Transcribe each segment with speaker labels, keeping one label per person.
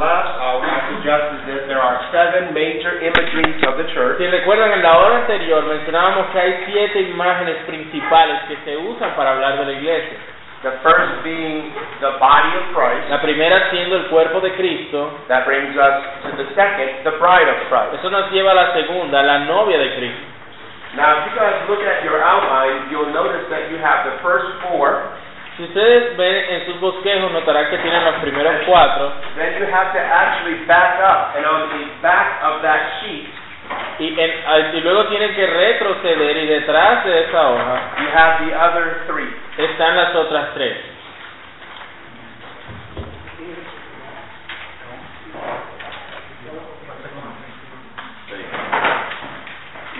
Speaker 1: uh, seven major imageries of the church.
Speaker 2: Si recuerdan, en la hora anterior mencionábamos que hay siete imágenes principales que se usan para hablar de la iglesia.
Speaker 1: The first being the body of Christ.
Speaker 2: La primera siendo el cuerpo de Cristo.
Speaker 1: That brings us to the second, the bride of Christ.
Speaker 2: Eso nos lleva a la segunda, la novia de Cristo.
Speaker 1: Now, if you guys look at your outline, you'll notice that you have the first four,
Speaker 2: Si ustedes ven en sus bosquejos, notarán que tienen los primeros cuatro.
Speaker 1: then you have to actually back up, and on the back of that sheet,
Speaker 2: Y, en- al- y luego tienen que retroceder y detrás de esa hoja
Speaker 1: you have the other three.
Speaker 2: están las otras tres.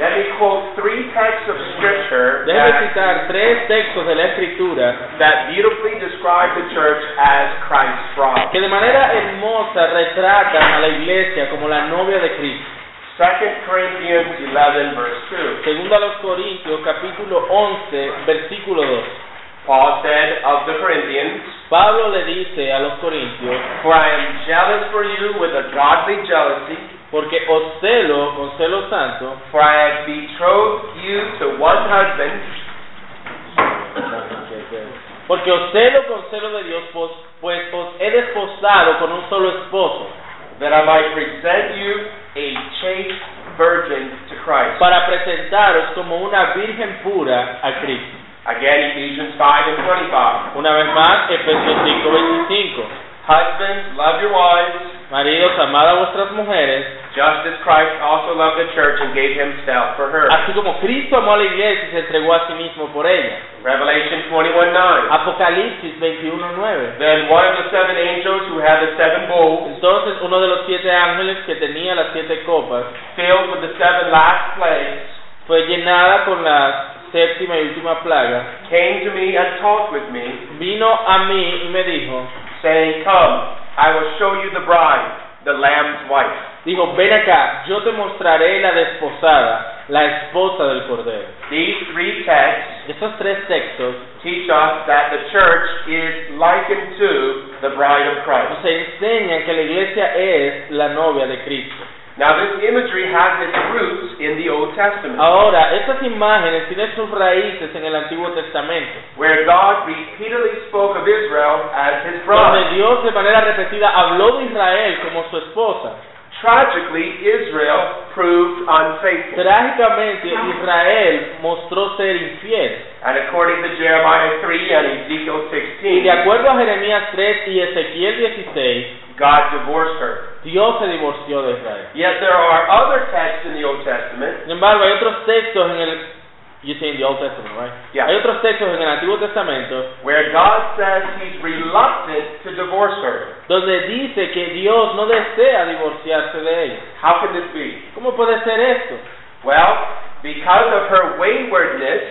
Speaker 1: Let me quote three texts of scripture
Speaker 2: Déjenme
Speaker 1: that,
Speaker 2: citar tres textos de la escritura
Speaker 1: that beautifully describe the church as Christ's bride.
Speaker 2: que de manera hermosa retratan a la iglesia como la novia de Cristo.
Speaker 1: 2 Corinthians 11, verse 2.
Speaker 2: Segundo a los Corintios capítulo 11 versículo 2.
Speaker 1: Paul said of the Corinthians,
Speaker 2: Pablo le dice a los Corintios,
Speaker 1: For I am jealous for you with a godly jealousy,
Speaker 2: porque os celo con celo santo,
Speaker 1: for I have betrothed you to one husband,
Speaker 2: porque os celo con celo de Dios, pues, pues os he desposado con un solo esposo,
Speaker 1: that I might present you a chaste virgin to Christ.
Speaker 2: para presentaros como una virgen pura a Cristo.
Speaker 1: Again, Ephesians 5 and 25.
Speaker 2: Una vez más, Efesios 5:25.
Speaker 1: Husbands, love your wives,
Speaker 2: Maridos, amad a vuestras mujeres,
Speaker 1: just as Christ also loved the church and gave himself for her.
Speaker 2: así como Cristo amó a la iglesia y se entregó a sí mismo por ella.
Speaker 1: Revelation 21 9.
Speaker 2: Apocalipsis 21:9.
Speaker 1: Then one of the seven angels who had the seven bowls,
Speaker 2: Entonces uno de los siete ángeles que tenía las siete copas
Speaker 1: filled with the seven last plagues,
Speaker 2: fue llenada con la séptima y última plaga.
Speaker 1: came to me and talked with me,
Speaker 2: Vino a mí y me dijo,
Speaker 1: saying, Come, I will show you the bride, the Lamb's wife.
Speaker 2: dijo, ven acá, yo te mostraré la desposada, la esposa del Cordero.
Speaker 1: These three texts
Speaker 2: Estos tres textos
Speaker 1: teach us that the church is likened to the bride of Christ.
Speaker 2: nos enseñan que la iglesia es la novia de Cristo.
Speaker 1: Now, this imagery has its roots in the Old Testament,
Speaker 2: Ahora, estas imágenes tienen sus raíces en el Antiguo Testamento,
Speaker 1: where God repeatedly spoke of Israel as his bride.
Speaker 2: donde Dios de manera repetida habló de Israel como su esposa.
Speaker 1: Tragically, Israel proved unfaithful.
Speaker 2: Trágicamente, Israel mostró ser infiel.
Speaker 1: And according to Jeremiah 3 and Ezekiel
Speaker 2: Y de
Speaker 1: 16,
Speaker 2: acuerdo a Jeremías 3 y Ezequiel 16,
Speaker 1: God divorced her.
Speaker 2: Dios se divorció de Israel.
Speaker 1: Yet there are other texts in the Old Testament
Speaker 2: Sin embargo, hay otros textos en el... you say in the Old Testament, right?
Speaker 1: Yeah.
Speaker 2: Hay otros textos en el Antiguo Testamento
Speaker 1: where God says he's reluctant to divorce her.
Speaker 2: donde dice que Dios no desea divorciarse de ella.
Speaker 1: How can this be?
Speaker 2: ¿Cómo puede ser esto?
Speaker 1: Well, because of her waywardness,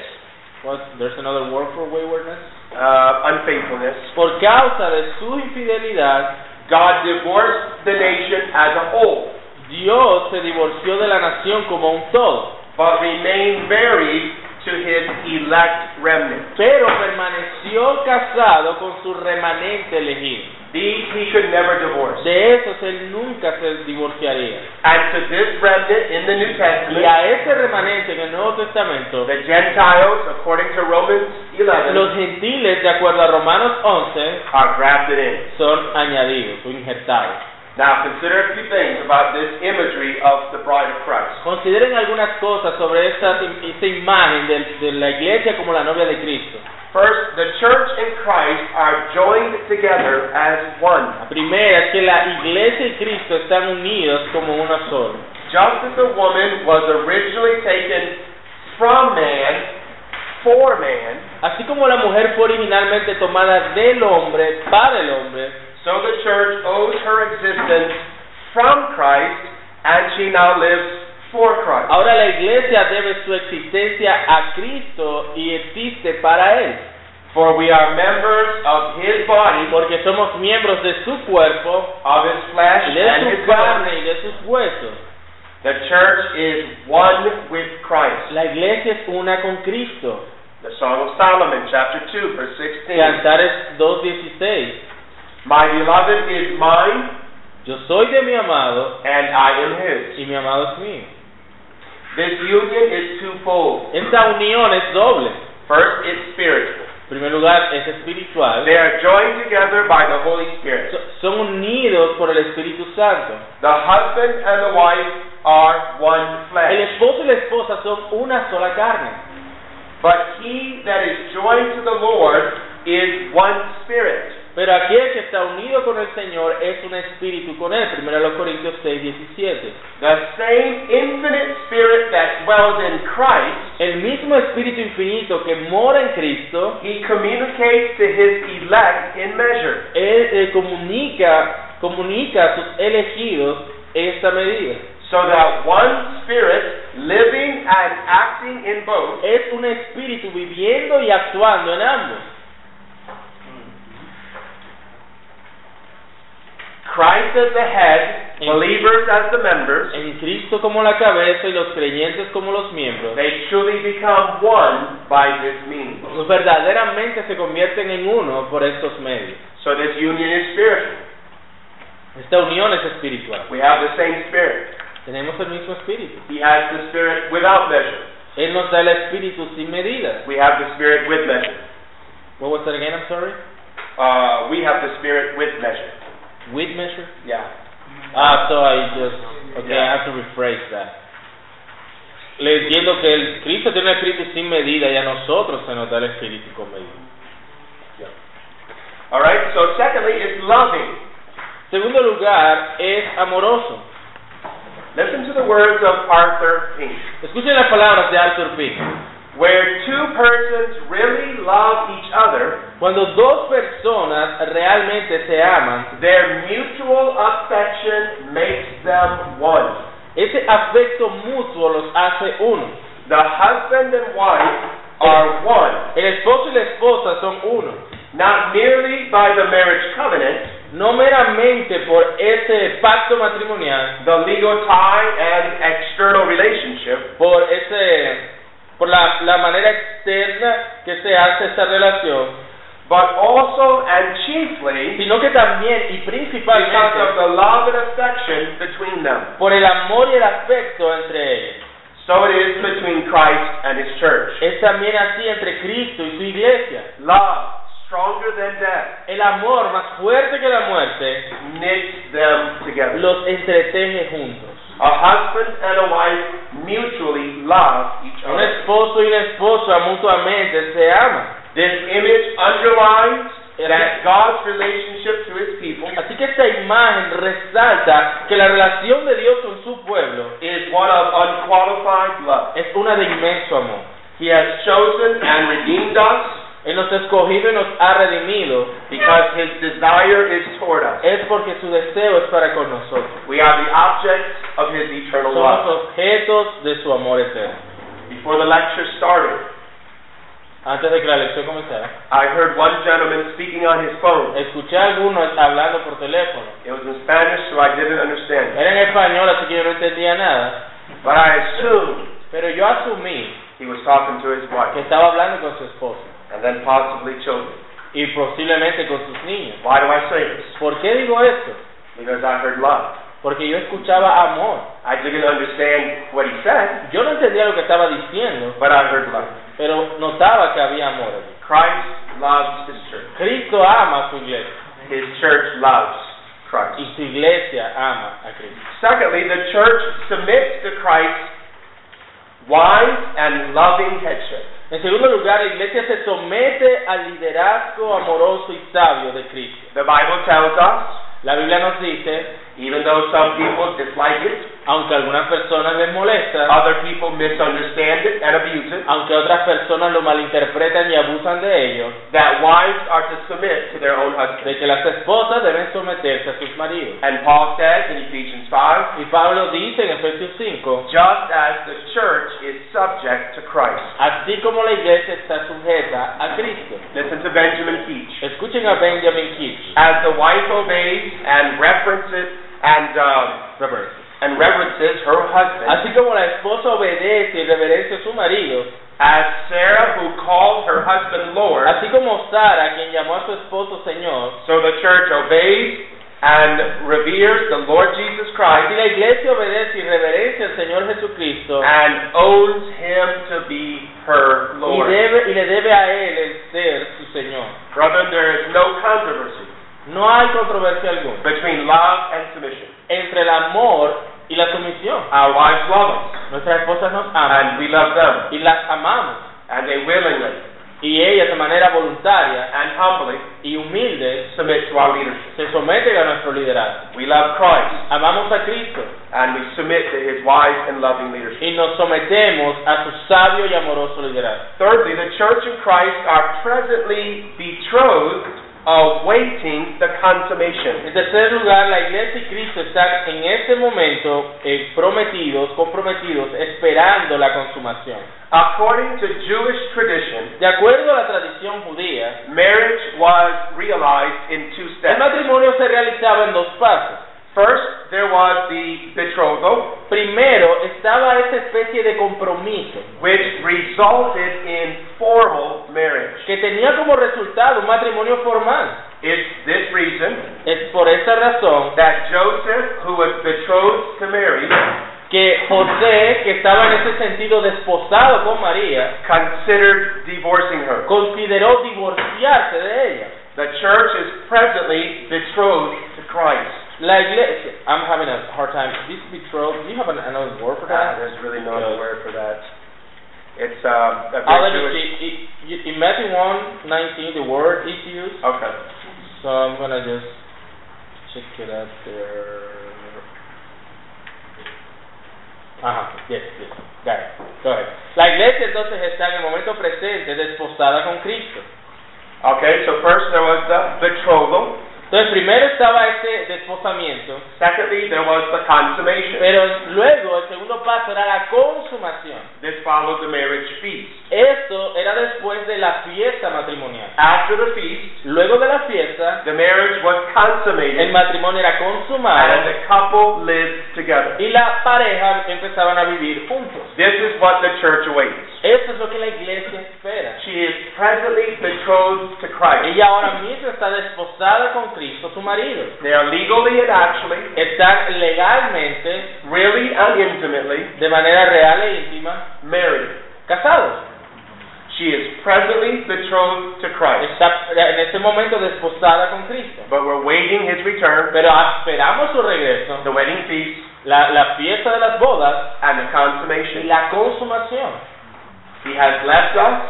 Speaker 2: What- there's another word for waywardness.
Speaker 1: uh, unfaithfulness,
Speaker 2: Por causa de su infidelidad,
Speaker 1: God divorced the nation as a whole,
Speaker 2: Dios se divorció de la nación como un todo.
Speaker 1: but remained married to his elect remnant.
Speaker 2: pero permaneció casado con su remanente elegido.
Speaker 1: These he could never divorce.
Speaker 2: De esos él nunca se divorciaría.
Speaker 1: And to this remnant in the New
Speaker 2: Y
Speaker 1: Testament,
Speaker 2: a ese remanente en el Nuevo Testamento,
Speaker 1: the Gentiles, according to Romans 11,
Speaker 2: los gentiles, de acuerdo a Romanos 11,
Speaker 1: are grafted in.
Speaker 2: son añadidos o injertados.
Speaker 1: Now consider a few things about this imagery of the bride of Christ.
Speaker 2: Consideren algunas cosas sobre esta, esta imagen de, de la iglesia como la novia de Cristo.
Speaker 1: First, the church and Christ are joined together as one.
Speaker 2: La primera es que la iglesia y Cristo están unidos como una sola.
Speaker 1: Just as the woman was originally taken from man for man,
Speaker 2: Así como la mujer fue originalmente tomada del hombre para el hombre,
Speaker 1: so the church owes her existence from Christ and she now lives for Christ.
Speaker 2: Ahora la iglesia debe su existencia a Cristo y existe para Él,
Speaker 1: For we are members of his body,
Speaker 2: porque somos miembros de su cuerpo,
Speaker 1: of his flesh, and
Speaker 2: de
Speaker 1: his
Speaker 2: su
Speaker 1: blood.
Speaker 2: carne y de sus huesos.
Speaker 1: The church is one with Christ.
Speaker 2: La iglesia es una con Cristo.
Speaker 1: The Song of Solomon, chapter 2, verse 16.
Speaker 2: Cantares 2.16.
Speaker 1: My beloved is mine,
Speaker 2: Yo soy de mi amado
Speaker 1: and I am his.
Speaker 2: y mi amado es mío.
Speaker 1: This union is twofold.
Speaker 2: Esta unión es doble.
Speaker 1: First, it's spiritual.
Speaker 2: En primer lugar, es espiritual.
Speaker 1: They are joined together by the Holy Spirit.
Speaker 2: So- Son unidos por el Espíritu Santo.
Speaker 1: The husband and the wife are one
Speaker 2: El
Speaker 1: flesh.
Speaker 2: esposo y la esposa son una sola carne.
Speaker 1: But he that is joined to the Lord is one spirit.
Speaker 2: Pero aquel que está unido con el Señor es un espíritu con él. Primero a los Corintios 6, 17.
Speaker 1: The same infinite spirit that dwells in Christ,
Speaker 2: El mismo espíritu infinito que mora en Cristo,
Speaker 1: he communicates to his elect in measure.
Speaker 2: él eh, comunica, comunica a sus elegidos esta medida.
Speaker 1: So that one spirit living and acting in both
Speaker 2: Es un espíritu viviendo y actuando en ambos.
Speaker 1: Christ as the head,
Speaker 2: Amen.
Speaker 1: believers as the members,
Speaker 2: En Cristo como la cabeza y los creyentes como los miembros.
Speaker 1: they truly become one by this means.
Speaker 2: pues verdaderamente se convierten en uno por estos medios.
Speaker 1: So this union is spiritual.
Speaker 2: Esta unión es espiritual.
Speaker 1: We have the same spirit.
Speaker 2: Tenemos el mismo espíritu.
Speaker 1: He has the spirit without measure.
Speaker 2: Él nos da el espíritu sin medida.
Speaker 1: We have the spirit with measure.
Speaker 2: What was that again? I'm sorry.
Speaker 1: Uh, we have the spirit with measure.
Speaker 2: With measure.
Speaker 1: Yeah.
Speaker 2: Ah, so I just. Okay, I have to rephrase that. Le entiendo que el Cristo tiene el espíritu sin medida y a nosotros se nos da el espíritu con medida.
Speaker 1: All right. So secondly, it's loving.
Speaker 2: Segundo lugar, es amoroso.
Speaker 1: Listen to the words of Arthur Pink.
Speaker 2: Escuchen las palabras de Arthur Pink.
Speaker 1: Where two persons really love each other,
Speaker 2: Cuando dos personas realmente se aman,
Speaker 1: their mutual affection makes them one.
Speaker 2: Ese afecto mutuo los hace uno.
Speaker 1: The husband and wife are one,
Speaker 2: El esposo y la esposa son uno.
Speaker 1: not merely by the marriage covenant,
Speaker 2: No meramente por ese pacto matrimonial,
Speaker 1: the legal tie, and external relationship,
Speaker 2: por ese por la, la manera externa que se hace esta relación,
Speaker 1: but also and chiefly
Speaker 2: sino que también y
Speaker 1: because of
Speaker 2: principalmente
Speaker 1: the love and affection between them.
Speaker 2: por el amor y el afecto entre ellos.
Speaker 1: So it is between Christ and his church.
Speaker 2: Es también así entre Cristo y su iglesia.
Speaker 1: Love, stronger than death,
Speaker 2: El amor más fuerte que la muerte
Speaker 1: knits them together.
Speaker 2: los entreteje juntos.
Speaker 1: A husband and a wife mutually love each
Speaker 2: Un
Speaker 1: other.
Speaker 2: esposo y una esposa mutuamente se aman.
Speaker 1: This image underlines that God's relationship to his people
Speaker 2: Así que esta imagen resalta que la relación de Dios con su pueblo
Speaker 1: is one of unqualified love.
Speaker 2: es una de inmenso amor.
Speaker 1: He has chosen and redeemed us
Speaker 2: Él nos ha escogido y nos ha redimido
Speaker 1: because his desire is toward us.
Speaker 2: es porque su deseo es para con nosotros.
Speaker 1: We are the objects of his eternal
Speaker 2: Somos
Speaker 1: love.
Speaker 2: objetos de su amor eterno.
Speaker 1: Before the lecture started,
Speaker 2: Antes de que la lección comenzara,
Speaker 1: I heard one gentleman speaking on his phone.
Speaker 2: escuché a algunos hablando por teléfono.
Speaker 1: It was in Spanish, so I didn't understand.
Speaker 2: Era en español, así que yo no entendía nada.
Speaker 1: But I assumed
Speaker 2: Pero yo asumí
Speaker 1: he was talking to his
Speaker 2: que
Speaker 1: wife
Speaker 2: estaba hablando con su esposa
Speaker 1: and then possibly children.
Speaker 2: y posiblemente con sus niños.
Speaker 1: Why do I say this?
Speaker 2: ¿Por qué digo esto?
Speaker 1: Because I heard love.
Speaker 2: Porque yo escuchaba amor.
Speaker 1: I didn't understand what he said,
Speaker 2: Yo no entendía lo que estaba diciendo,
Speaker 1: but I heard love.
Speaker 2: pero notaba que había amor. allí.
Speaker 1: Christ loves his church.
Speaker 2: Cristo ama a su iglesia
Speaker 1: His church loves Christ.
Speaker 2: y su iglesia ama a Cristo.
Speaker 1: Secondly, the church submits to Christ's wise and loving headship.
Speaker 2: En segundo lugar, la iglesia se somete al liderazgo amoroso y sabio de Cristo.
Speaker 1: The Bible tells us,
Speaker 2: La Biblia nos dice,
Speaker 1: even though some people dislike it,
Speaker 2: aunque a algunas personas les molesta,
Speaker 1: other people misunderstand it and abuse it,
Speaker 2: aunque otras personas lo malinterpretan y abusan de ello,
Speaker 1: that wives are to submit to their own husbands.
Speaker 2: de que las esposas deben someterse a sus maridos.
Speaker 1: And Paul says in Ephesians 5,
Speaker 2: Y Pablo dice en Efesios 5,
Speaker 1: just as the church is subject to Christ.
Speaker 2: así como la iglesia está sujeta a Cristo.
Speaker 1: Listen to Benjamin Keach.
Speaker 2: Escuchen a Benjamin Kitsch.
Speaker 1: As the wife obeys and references and um, and reverences her husband,
Speaker 2: Así como la esposa obedece y reverencia a su marido,
Speaker 1: as Sarah who called her husband Lord,
Speaker 2: así como Sara, quien llamó a su esposo Señor,
Speaker 1: so the church obeys and reveres the Lord Jesus
Speaker 2: Si
Speaker 1: Christ
Speaker 2: la iglesia obedece y reverencia al Señor Jesucristo
Speaker 1: and owns him to be her
Speaker 2: y,
Speaker 1: Lord.
Speaker 2: debe, y le debe a Él el ser su Señor,
Speaker 1: Brother, there is no controversy
Speaker 2: no hay controversia alguna
Speaker 1: between love and submission.
Speaker 2: entre el amor y la sumisión.
Speaker 1: Our wives love us,
Speaker 2: Nuestras esposas nos aman
Speaker 1: and we love them,
Speaker 2: y las amamos
Speaker 1: and they willingly
Speaker 2: y ellas de manera voluntaria
Speaker 1: and humbly
Speaker 2: y humilde
Speaker 1: submit to our leadership.
Speaker 2: se someten a nuestro liderazgo.
Speaker 1: We love Christ,
Speaker 2: Amamos a Cristo
Speaker 1: and we submit to his wise and loving leadership.
Speaker 2: y nos sometemos a su sabio y amoroso liderazgo.
Speaker 1: Thirdly, the church and Christ are presently betrothed, awaiting the consummation.
Speaker 2: En tercer lugar, la iglesia y Cristo están en este momento eh, prometidos, comprometidos, esperando la consumación.
Speaker 1: According to Jewish tradition,
Speaker 2: De acuerdo a la tradición judía,
Speaker 1: marriage was realized in two
Speaker 2: el
Speaker 1: steps.
Speaker 2: matrimonio se realizaba en dos pasos.
Speaker 1: First, there was the betrothal,
Speaker 2: Primero estaba esa especie de compromiso
Speaker 1: which resulted in formal marriage.
Speaker 2: que tenía como resultado un matrimonio formal.
Speaker 1: It's this reason
Speaker 2: Es por esa razón
Speaker 1: that Joseph, who was betrothed to Mary,
Speaker 2: que José, que estaba en ese sentido desposado con María,
Speaker 1: considered divorcing her.
Speaker 2: consideró divorciarse de ella.
Speaker 1: The church is presently betrothed to Christ.
Speaker 2: La iglesia. I'm having a hard time. This betrothed. Do you have an, another word for
Speaker 1: Ah,
Speaker 2: that?
Speaker 1: there's really no other word for that. It's um, a
Speaker 2: I'll
Speaker 1: very
Speaker 2: let you
Speaker 1: Jewish.
Speaker 2: see. It- you- In Matthew 1, 19, the word is used.
Speaker 1: Okay.
Speaker 2: So I'm gonna just check it out there. Ajá, yes, yes, got it. Go ahead. La iglesia entonces está en el momento presente desposada con Cristo.
Speaker 1: Okay, so first there was the betrothal.
Speaker 2: Entonces primero estaba este desposamiento,
Speaker 1: Secondly, there was the consummation.
Speaker 2: pero luego el segundo paso era la consumación.
Speaker 1: This followed the marriage feast.
Speaker 2: Esto era después de la fiesta matrimonial.
Speaker 1: After the feast,
Speaker 2: Luego de la fiesta,
Speaker 1: the marriage was
Speaker 2: el
Speaker 1: consummated
Speaker 2: matrimonio era
Speaker 1: and
Speaker 2: consumado
Speaker 1: the couple lived together.
Speaker 2: y la pareja empezaban a vivir juntos.
Speaker 1: This is what the church awaits.
Speaker 2: Esto es lo que la iglesia espera.
Speaker 1: She is presently betrothed to Christ.
Speaker 2: Ella ahora mismo está desposada con Cristo, su marido.
Speaker 1: They are legally and actually,
Speaker 2: Están legalmente,
Speaker 1: really and intimately,
Speaker 2: de manera real e íntima,
Speaker 1: married.
Speaker 2: casados.
Speaker 1: She is presently betrothed to Christ.
Speaker 2: Está en este momento desposada con Cristo.
Speaker 1: But we're waiting his return,
Speaker 2: Pero esperamos su regreso,
Speaker 1: the wedding feast,
Speaker 2: la, la fiesta de las bodas
Speaker 1: and the
Speaker 2: y
Speaker 1: consummation.
Speaker 2: la consumación.
Speaker 1: He has left us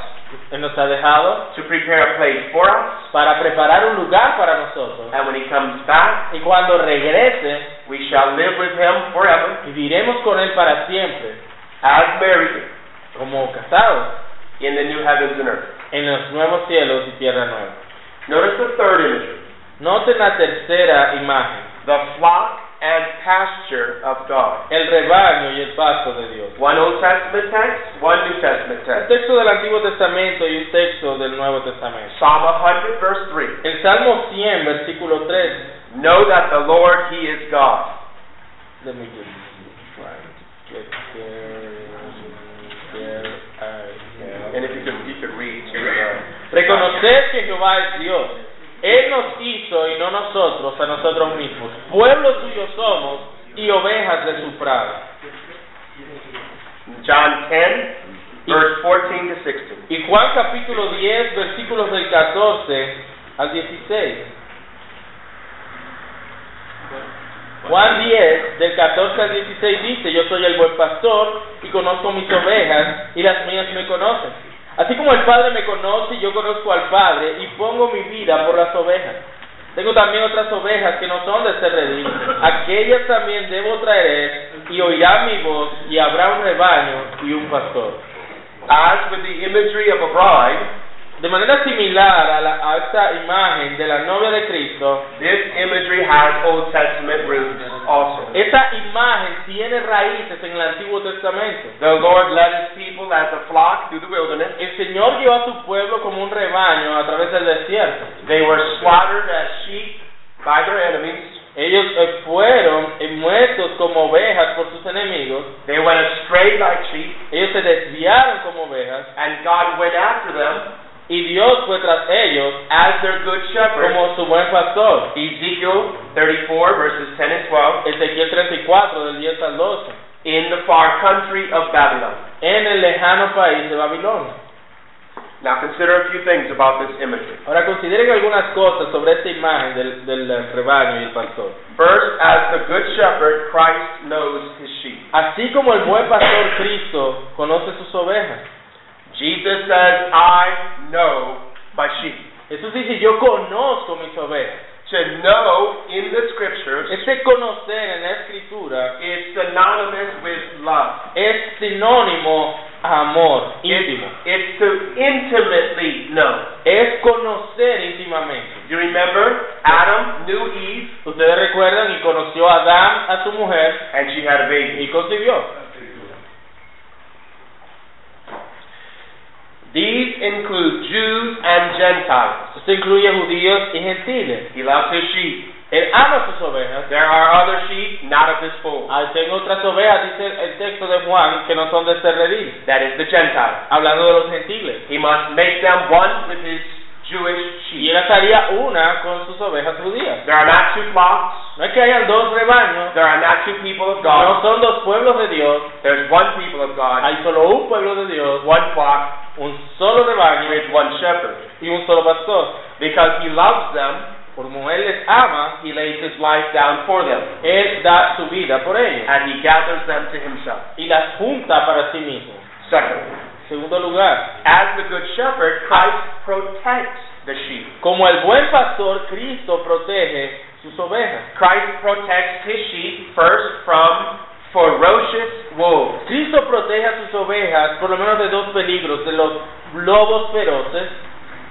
Speaker 2: Él nos ha dejado
Speaker 1: to prepare a place for us,
Speaker 2: para preparar un lugar para nosotros.
Speaker 1: and when he comes back,
Speaker 2: Y cuando regrese,
Speaker 1: we shall live with him forever
Speaker 2: viviremos con Él para siempre,
Speaker 1: as married
Speaker 2: como casados,
Speaker 1: in the new heavens and earth.
Speaker 2: en los nuevos cielos y tierra nueva.
Speaker 1: Notice the third imagery
Speaker 2: Noten la tercera imagen,
Speaker 1: the flock and pasture of God.
Speaker 2: el rebaño y el pasto de Dios.
Speaker 1: One Old Testament text, one New Testament
Speaker 2: Un
Speaker 1: text.
Speaker 2: texto del Antiguo Testamento y un texto del Nuevo Testamento.
Speaker 1: Psalm 100, verse
Speaker 2: El Salmo 100, versículo 3.
Speaker 1: 3 Know that the Lord, he is God.
Speaker 2: Let me just try and get there. there, I
Speaker 1: And if you could, you could read to uh,
Speaker 2: Reconocer que Jehová es Dios. Él nos hizo y no nosotros a nosotros mismos. Pueblo suyo somos y ovejas de su prado.
Speaker 1: John 10, verse 14 to 16.
Speaker 2: Y Juan capítulo 10, versículos del 14 al 16. Juan 10, del 14 al 16 dice, yo soy el buen pastor y conozco mis ovejas y las mías me conocen. Así como el Padre me conoce, yo conozco al Padre y pongo mi vida por las ovejas. Tengo también otras ovejas que no son de este redil. Aquellas también debo traer y oirá mi voz y habrá un rebaño y un pastor.
Speaker 1: As with the imagery of a bride,
Speaker 2: De manera similar a, la, a esta imagen de la novia de Cristo,
Speaker 1: this imagery has Old Testament roots also.
Speaker 2: esta imagen tiene raíces en el Antiguo Testamento.
Speaker 1: The Lord led his people as a flock through the wilderness.
Speaker 2: El Señor llevó a su pueblo como un rebaño a través del desierto.
Speaker 1: They were slaughtered as sheep by their enemies.
Speaker 2: Ellos eh, fueron eh, muertos como ovejas por sus enemigos.
Speaker 1: They went astray like sheep,
Speaker 2: Ellos se desviaron como ovejas
Speaker 1: and God went after them
Speaker 2: y Dios fue tras ellos
Speaker 1: as their good shepherd.
Speaker 2: como su buen pastor.
Speaker 1: Ezekiel 34,
Speaker 2: Ezequiel 34, del 10 al 12,
Speaker 1: in the far country of Babylon.
Speaker 2: en el lejano país de Babilonia.
Speaker 1: Now consider a few things about this imagery.
Speaker 2: Ahora consideren algunas cosas sobre esta imagen del, del rebaño y el pastor.
Speaker 1: First, as the good shepherd, Christ knows his sheep.
Speaker 2: Así como el buen pastor Cristo conoce sus ovejas.
Speaker 1: Jesus says, I know my sheep.
Speaker 2: Jesús dice, yo conozco mis ovejas.
Speaker 1: To know in the scriptures
Speaker 2: Este conocer en la escritura
Speaker 1: is synonymous with love.
Speaker 2: es sinónimo a amor
Speaker 1: It's,
Speaker 2: íntimo.
Speaker 1: it's to intimately know.
Speaker 2: Es conocer íntimamente.
Speaker 1: You remember Adam knew Eve
Speaker 2: Ustedes recuerdan y conoció a Adán a su mujer
Speaker 1: and she had a baby.
Speaker 2: y concibió.
Speaker 1: These include Jews and Gentiles.
Speaker 2: Esto incluye judíos y gentiles.
Speaker 1: He loves his sheep.
Speaker 2: Él ama sus ovejas.
Speaker 1: There are other sheep not of this fold.
Speaker 2: Ah, Tengo otras ovejas, dice el texto de Juan, que no son de este redil.
Speaker 1: That is the Gentiles.
Speaker 2: hablando de los gentiles.
Speaker 1: He must make them one with his Jewish
Speaker 2: Y
Speaker 1: sheep.
Speaker 2: él haría una con sus ovejas judías.
Speaker 1: There are not two flocks.
Speaker 2: No es que hayan dos rebaños,
Speaker 1: There are not two people of
Speaker 2: no
Speaker 1: God.
Speaker 2: son dos pueblos de Dios,
Speaker 1: There's one people of God,
Speaker 2: hay solo un pueblo de Dios,
Speaker 1: one flock
Speaker 2: un solo rebaño
Speaker 1: with one shepherd.
Speaker 2: y un solo pastor.
Speaker 1: Because he loves them,
Speaker 2: Por como él les ama,
Speaker 1: he lays his life down for them.
Speaker 2: él da su vida por ellos
Speaker 1: And he gathers them to himself.
Speaker 2: y las junta para sí mismo.
Speaker 1: Second,
Speaker 2: Segundo lugar,
Speaker 1: as the good shepherd, Christ protects the sheep.
Speaker 2: como el buen pastor, Cristo protege sus ovejas.
Speaker 1: Christ protects his sheep first from ferocious wolves.
Speaker 2: Cristo protege a sus ovejas por lo menos de dos peligros, de los lobos feroces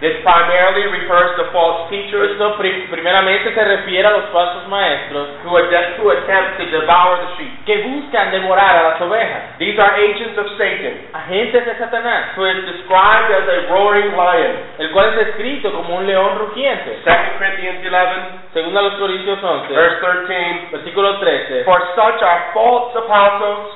Speaker 1: This primarily refers to false teachers
Speaker 2: Esto pri- primeramente se refiere a los falsos maestros
Speaker 1: who attempt, who attempt to devour the sheep.
Speaker 2: que buscan devorar a las ovejas,
Speaker 1: These are agents of Satan,
Speaker 2: agentes de Satanás,
Speaker 1: who is described as a roaring lion.
Speaker 2: el cual es descrito como un león rugiente.
Speaker 1: 2 Corinthians 11,
Speaker 2: Según a los Corintios 11,
Speaker 1: verse 13.
Speaker 2: versículo 13,
Speaker 1: For such are false apostles,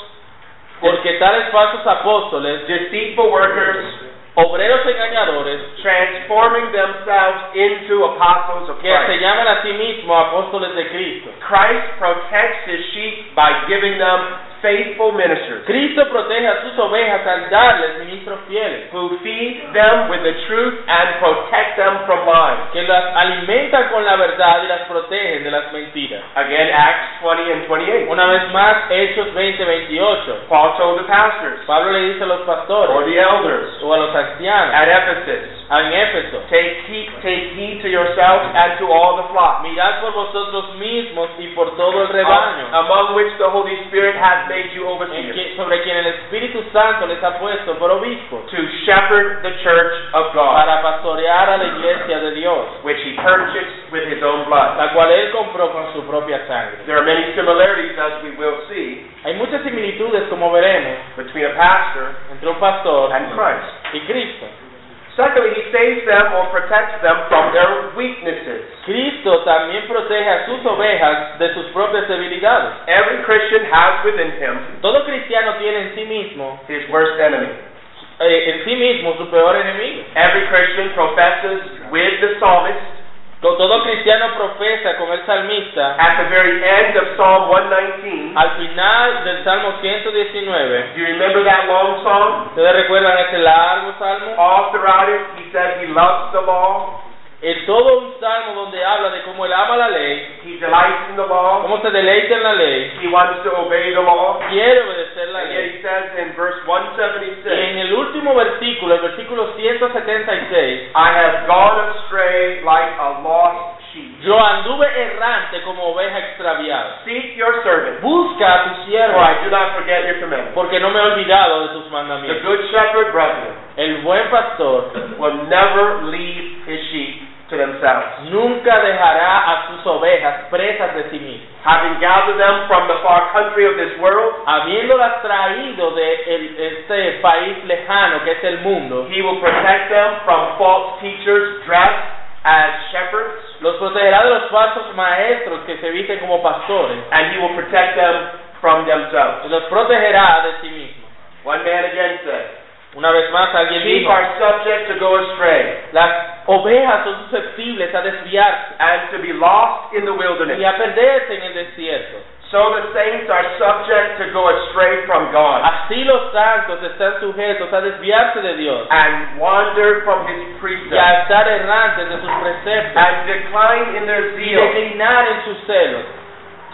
Speaker 2: porque tales falsos apóstoles,
Speaker 1: deceitful workers,
Speaker 2: obreros engañadores,
Speaker 1: transforming themselves into apostles of
Speaker 2: que se
Speaker 1: Christ.
Speaker 2: llaman a sí mismos apóstoles de Cristo.
Speaker 1: Christ protects his sheep by giving them faithful ministers.
Speaker 2: Cristo protege a sus ovejas al darles ministros fieles,
Speaker 1: who feed them with the truth and protect them from lies.
Speaker 2: que las alimentan con la verdad y las protegen de las mentiras.
Speaker 1: Again, Acts 20 and 28.
Speaker 2: Una vez más, Hechos 20, 28.
Speaker 1: Paul told the pastors
Speaker 2: Pablo le dice a los
Speaker 1: or
Speaker 2: pastores
Speaker 1: the elders
Speaker 2: o a los ancianos
Speaker 1: at Ephesus,
Speaker 2: en Éfeso,
Speaker 1: take heed, take heed to yourselves and to all the flock,
Speaker 2: mirad por vosotros mismos y por todo el rebaño
Speaker 1: among which the Holy Spirit hath made you
Speaker 2: en
Speaker 1: overseers,
Speaker 2: que- sobre quien el Espíritu Santo les ha puesto por obispos
Speaker 1: to shepherd the church of God,
Speaker 2: para pastorear a la iglesia de Dios,
Speaker 1: which he purchased with his own blood.
Speaker 2: la cual él compró con su propia sangre.
Speaker 1: There are many similarities, as we will see,
Speaker 2: Hay muchas similitudes, como veremos,
Speaker 1: between a pastor
Speaker 2: entre un pastor
Speaker 1: and Christ.
Speaker 2: y Cristo.
Speaker 1: Secondly, he saves them or protects them from their weaknesses.
Speaker 2: Cristo también protege a sus ovejas de sus propias debilidades.
Speaker 1: Every Christian has within him
Speaker 2: Todo cristiano tiene en sí mismo,
Speaker 1: his worst enemy.
Speaker 2: eh, en sí mismo su peor enemigo.
Speaker 1: Every Christian professes with the psalmist
Speaker 2: To- Todo cristiano profesa con el salmista
Speaker 1: at the very end of Psalm 119.
Speaker 2: al final del Salmo 119.
Speaker 1: Do you remember that long psalm?
Speaker 2: ¿Ustedes recuerdan este largo salmo?
Speaker 1: All throughout it, he says he loves the law,
Speaker 2: Es todo un salmo donde habla de cómo él ama la ley,
Speaker 1: he delights in the law,
Speaker 2: cómo se deleita en la ley,
Speaker 1: he wants to obey the law.
Speaker 2: quiere obedecer la
Speaker 1: And yet he
Speaker 2: ley.
Speaker 1: says in verse
Speaker 2: Y en
Speaker 1: 176,
Speaker 2: el último versículo, el versículo 176,
Speaker 1: I have gone astray like a lost sheep.
Speaker 2: yo anduve errante como oveja extraviada.
Speaker 1: Seek your servant,
Speaker 2: Busca a tu
Speaker 1: for I
Speaker 2: siervo,
Speaker 1: do not forget your commandments.
Speaker 2: porque no me he olvidado de tus
Speaker 1: The
Speaker 2: mandamientos.
Speaker 1: good shepherd, brethren,
Speaker 2: El buen pastor
Speaker 1: will never leave his sheep to themselves.
Speaker 2: nunca dejará a sus ovejas presas de sí mismo.
Speaker 1: having gathered them from the far country of this world,
Speaker 2: habiéndolas traído de el- este país lejano que es el mundo,
Speaker 1: he will protect them from false teachers dressed as shepherds,
Speaker 2: los protegerá de los falsos maestros que se visten como pastores,
Speaker 1: and he will protect them from
Speaker 2: y
Speaker 1: themselves.
Speaker 2: los protegerá de sí mismo.
Speaker 1: One man again said,
Speaker 2: Una vez más, alguien
Speaker 1: Sheep
Speaker 2: dijo,
Speaker 1: are subject to go astray
Speaker 2: las ovejas son susceptibles a desviarse
Speaker 1: and to be lost in the
Speaker 2: y
Speaker 1: wilderness.
Speaker 2: a perderse en el desierto.
Speaker 1: So the saints are subject to go astray from God
Speaker 2: Así los santos están sujetos a desviarse de Dios
Speaker 1: and wander from his
Speaker 2: y a
Speaker 1: precepts
Speaker 2: estar errantes de sus preceptos
Speaker 1: and decline in their
Speaker 2: y
Speaker 1: zeal,
Speaker 2: declinar en sus celos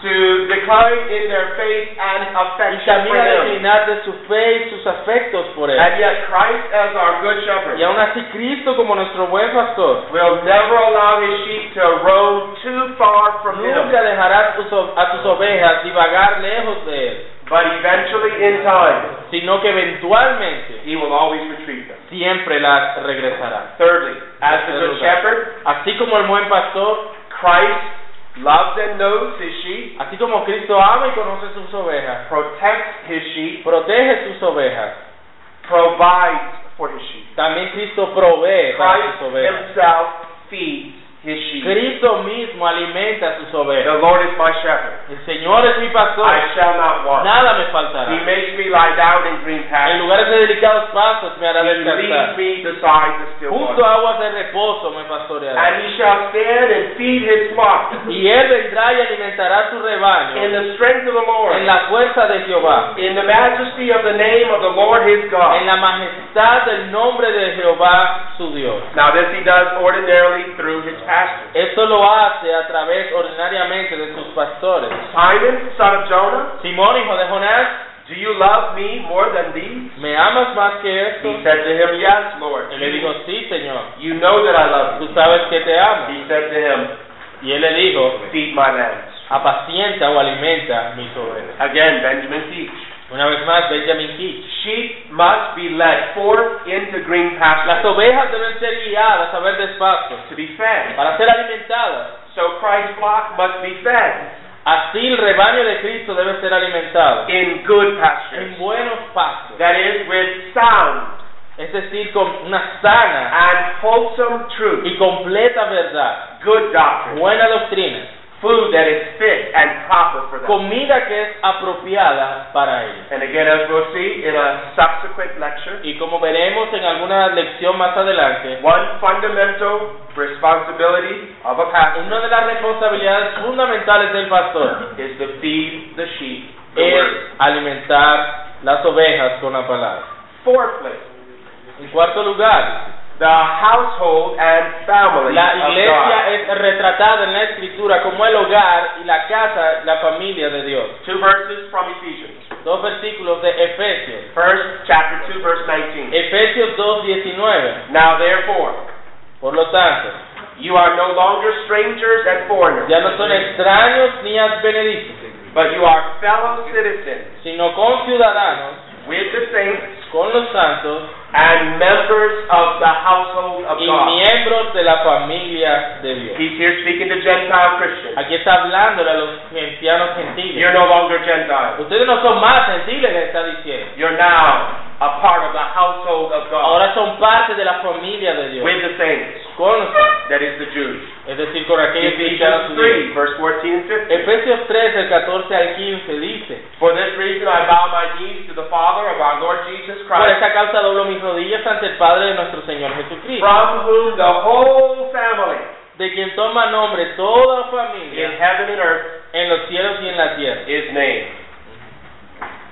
Speaker 1: to decline in their faith and
Speaker 2: y
Speaker 1: affection
Speaker 2: también
Speaker 1: for
Speaker 2: a
Speaker 1: him.
Speaker 2: declinar de su fe y sus afectos por
Speaker 1: And
Speaker 2: él.
Speaker 1: yet Christ as our good shepherd
Speaker 2: Y aún así Cristo como nuestro buen pastor
Speaker 1: will never allow his sheep to roam too far from him.
Speaker 2: nunca dejará a tus o- a tus ovejas divagar lejos de él,
Speaker 1: But eventually, in time,
Speaker 2: sino que eventualmente
Speaker 1: he will always retrieve them.
Speaker 2: siempre las regresará.
Speaker 1: Thirdly, as the good
Speaker 2: Tercer lugar.
Speaker 1: shepherd,
Speaker 2: Así como el buen pastor,
Speaker 1: Christ loves and knows his sheep,
Speaker 2: así como Cristo ama y conoce sus ovejas,
Speaker 1: protects his sheep,
Speaker 2: protege sus ovejas,
Speaker 1: provides for his sheep.
Speaker 2: también Cristo provee para
Speaker 1: Christ
Speaker 2: sus ovejas.
Speaker 1: himself feeds his sheep.
Speaker 2: Cristo mismo alimenta a sus ovejas.
Speaker 1: The Lord is my shepherd.
Speaker 2: El Señor es mi pastor,
Speaker 1: I shall not want.
Speaker 2: nada me
Speaker 1: He
Speaker 2: faltará.
Speaker 1: makes me lie down in green
Speaker 2: En
Speaker 1: pastures.
Speaker 2: lugares de delicados pastos me hará
Speaker 1: He leads
Speaker 2: descansar.
Speaker 1: me beside the still
Speaker 2: Junto
Speaker 1: waters.
Speaker 2: a aguas de reposo me pastoreará.
Speaker 1: And he shall stand and feed his flock
Speaker 2: Y él vendrá y alimentará su
Speaker 1: in
Speaker 2: rebaño
Speaker 1: the strength of the Lord,
Speaker 2: en la fuerza de Jehová,
Speaker 1: in the majesty of the name of the Lord his
Speaker 2: en
Speaker 1: God.
Speaker 2: la majestad del nombre de Jehová su Dios.
Speaker 1: Now this he does ordinarily through his pastors.
Speaker 2: Esto lo hace a través ordinariamente de sus pastores.
Speaker 1: Simon, son of Jonah,
Speaker 2: Simón, hijo de Jonás,
Speaker 1: do you love me more than these?
Speaker 2: ¿me amas más que esto?
Speaker 1: He said to him, Yes, Lord.
Speaker 2: Él le dijo, sí, Señor,
Speaker 1: You know that I love you.
Speaker 2: tú sabes que te amo.
Speaker 1: He said to him,
Speaker 2: Y él le dijo,
Speaker 1: Feed my lambs.
Speaker 2: apacienta o alimenta mis ovejas.
Speaker 1: Again, Benjamin teach.
Speaker 2: Una vez más, Benjamin Keach.
Speaker 1: Sheep must be led forth into green
Speaker 2: Las
Speaker 1: pastures
Speaker 2: ovejas deben ser guiadas a ver despacio
Speaker 1: to be fed.
Speaker 2: para ser alimentadas.
Speaker 1: So Christ's flock must be fed
Speaker 2: Así el rebaño de Cristo debe ser alimentado
Speaker 1: in good
Speaker 2: en
Speaker 1: pastures.
Speaker 2: buenos pastos,
Speaker 1: That is, with sound
Speaker 2: es decir, con una sana
Speaker 1: and wholesome truth,
Speaker 2: y completa verdad,
Speaker 1: good doctrine,
Speaker 2: buena doctrina,
Speaker 1: food that is fit and proper for them.
Speaker 2: comida que es apropiada para ellos.
Speaker 1: And again, as we'll see in a subsequent lecture,
Speaker 2: Y como veremos en alguna lección más adelante,
Speaker 1: one fundamental responsibility of a pastor
Speaker 2: una de las responsabilidades fundamentales del pastor
Speaker 1: is to feed the sheep the
Speaker 2: es
Speaker 1: word.
Speaker 2: alimentar las ovejas con la palabra.
Speaker 1: Fourthly,
Speaker 2: En cuarto lugar,
Speaker 1: the household and family
Speaker 2: la
Speaker 1: of God.
Speaker 2: iglesia es retratada en la escritura como el hogar y la casa, la familia de Dios.
Speaker 1: Two verses from Ephesians.
Speaker 2: Dos versículos de Efesios.
Speaker 1: First, chapter 2, verse 19.
Speaker 2: Efesios 2:19.
Speaker 1: Now therefore,
Speaker 2: Por lo tanto,
Speaker 1: you are no longer strangers and foreigners,
Speaker 2: ya no son extraños ni advenedizos,
Speaker 1: but you are fellow citizens
Speaker 2: sino conciudadanos
Speaker 1: with the saints
Speaker 2: con los santos
Speaker 1: and members of the household of
Speaker 2: y
Speaker 1: God.
Speaker 2: miembros de la familia de Dios.
Speaker 1: He's here speaking to Gentile Christians.
Speaker 2: Aquí está hablando a los cristianos
Speaker 1: You're
Speaker 2: gentiles.
Speaker 1: no longer Gentiles.
Speaker 2: Ustedes no son más gentiles, le está diciendo.
Speaker 1: You're now a part of the household of God
Speaker 2: Ahora son parte de la familia de Dios.
Speaker 1: with the saints,
Speaker 2: Con los santos,
Speaker 1: that is the Jews.
Speaker 2: es decir, con aquellos cristianos
Speaker 1: Ephesians
Speaker 2: judíos.
Speaker 1: 3, verse 14 and 15.
Speaker 2: Efesios 3, del 14 al 15 dice,
Speaker 1: For this reason I bow my knees to the Father of our Lord Jesus
Speaker 2: por
Speaker 1: Christ,
Speaker 2: esta causa doblo mis rodillas ante el Padre de nuestro Señor Jesucristo,
Speaker 1: from whom the whole family
Speaker 2: de quien toma nombre toda la
Speaker 1: in
Speaker 2: familia
Speaker 1: heaven and earth
Speaker 2: en los cielos y en la tierra.
Speaker 1: is named.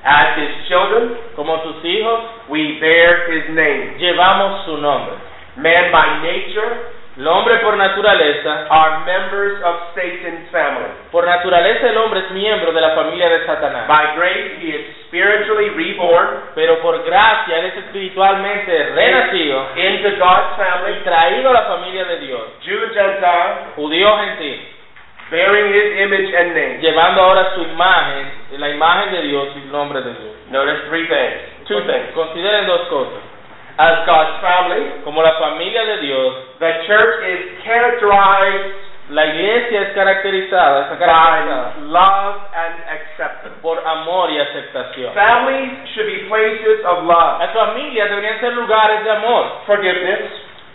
Speaker 1: As his children,
Speaker 2: Como sus hijos,
Speaker 1: we bear his name.
Speaker 2: llevamos su nombre.
Speaker 1: Men by nature
Speaker 2: El hombre por naturaleza,
Speaker 1: are members of Satan's family.
Speaker 2: por naturaleza el hombre es miembro de la familia de Satanás.
Speaker 1: By grace, he is spiritually reborn
Speaker 2: Pero por gracia él es espiritualmente renacido
Speaker 1: into God's
Speaker 2: y
Speaker 1: family,
Speaker 2: traído a la familia de Dios,
Speaker 1: Jew and Gentile,
Speaker 2: judío gentil,
Speaker 1: bearing his image and name.
Speaker 2: llevando ahora su imagen, la imagen de Dios y el nombre de Dios.
Speaker 1: Notice three things. Two things.
Speaker 2: Consideren dos cosas.
Speaker 1: As God's family,
Speaker 2: Como la familia de Dios,
Speaker 1: the church is characterized
Speaker 2: la iglesia es caracterizada, está caracterizada
Speaker 1: by love and acceptance.
Speaker 2: por amor y aceptación.
Speaker 1: Families should be places of love,
Speaker 2: Las familias deberían ser lugares de amor,
Speaker 1: forgiveness,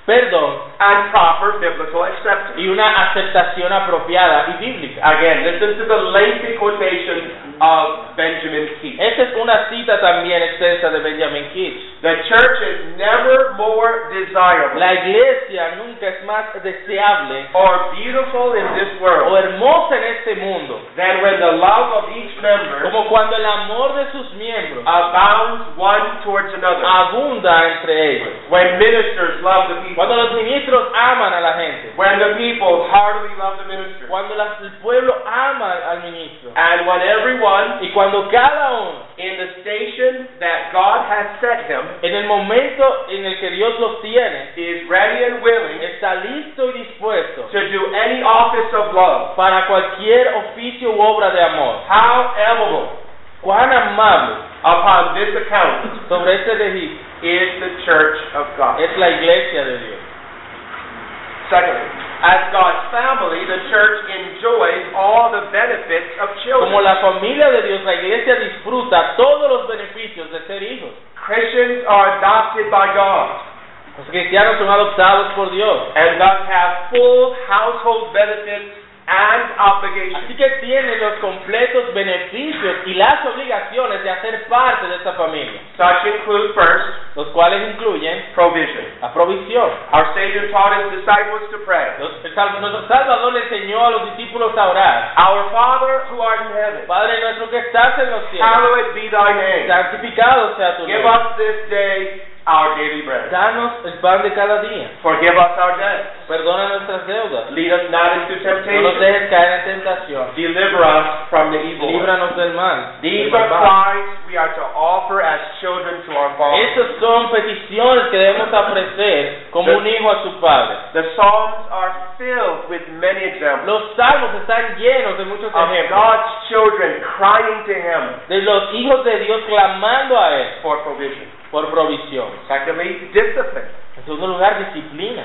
Speaker 2: perdón
Speaker 1: and proper biblical acceptance.
Speaker 2: y una aceptación apropiada y bíblica.
Speaker 1: Again, listen to the lengthy quotation of Benjamin Keith.
Speaker 2: Esta es una cita también extensa de Benjamin Kish.
Speaker 1: The church is never more desirable
Speaker 2: La iglesia nunca es más deseable
Speaker 1: or beautiful in this
Speaker 2: o
Speaker 1: world
Speaker 2: hermosa en este mundo
Speaker 1: than when the love of each member
Speaker 2: como cuando el amor de sus miembros
Speaker 1: abounds one towards another.
Speaker 2: abunda entre ellos.
Speaker 1: When ministers love the people,
Speaker 2: Cuando los ministros aman a la gente,
Speaker 1: when the people heartily love the minister,
Speaker 2: cuando las- el pueblo ama al ministro
Speaker 1: and when everyone
Speaker 2: y cuando cada uno
Speaker 1: in the station that God has set him
Speaker 2: en el momento en el que Dios los tiene
Speaker 1: is ready and willing
Speaker 2: está listo y dispuesto
Speaker 1: to do any office of love,
Speaker 2: para cualquier oficio u obra de amor.
Speaker 1: how amable
Speaker 2: Cuán amable
Speaker 1: upon this account
Speaker 2: sobre este registro
Speaker 1: is the church of God.
Speaker 2: es la iglesia de Dios.
Speaker 1: Secondly, as God's family, the church enjoys all the benefits of
Speaker 2: Como
Speaker 1: children.
Speaker 2: la familia de Dios, la iglesia disfruta todos los beneficios de ser hijos.
Speaker 1: Christians are adopted by God
Speaker 2: Los cristianos son adoptados por Dios.
Speaker 1: and thus have full household benefits and
Speaker 2: Así
Speaker 1: obligations.
Speaker 2: que tienen los completos beneficios y las obligaciones de hacer parte de esta familia,
Speaker 1: Such include first,
Speaker 2: los cuales incluyen
Speaker 1: provision.
Speaker 2: la provisión.
Speaker 1: Our Savior taught his disciples to pray.
Speaker 2: Los- el Sal- Nuestro Salvador le enseñó a los discípulos a orar.
Speaker 1: Our Father who art in heaven,
Speaker 2: Padre nuestro que estás en los cielos,
Speaker 1: hallowed be thy name.
Speaker 2: santificado sea tu
Speaker 1: Give
Speaker 2: nombre.
Speaker 1: us this day our daily bread.
Speaker 2: Danos el pan de cada día.
Speaker 1: Forgive us our debts.
Speaker 2: Perdona nuestras deudas.
Speaker 1: Lead us not into
Speaker 2: No nos
Speaker 1: temptation.
Speaker 2: dejes caer en tentación.
Speaker 1: Deliver us from the evil one.
Speaker 2: Líbranos del mal.
Speaker 1: These
Speaker 2: del
Speaker 1: are
Speaker 2: malvado.
Speaker 1: cries we are to offer as children to our Father.
Speaker 2: Estas son peticiones que debemos ofrecer como un hijo a su padre.
Speaker 1: The Psalms are filled with many examples
Speaker 2: Los salmos están llenos de muchos
Speaker 1: of
Speaker 2: ejemplos
Speaker 1: God's children crying to Him
Speaker 2: de los hijos de Dios clamando a Él
Speaker 1: for provision.
Speaker 2: por provisión.
Speaker 1: Secondly, discipline.
Speaker 2: En segundo lugar, disciplina.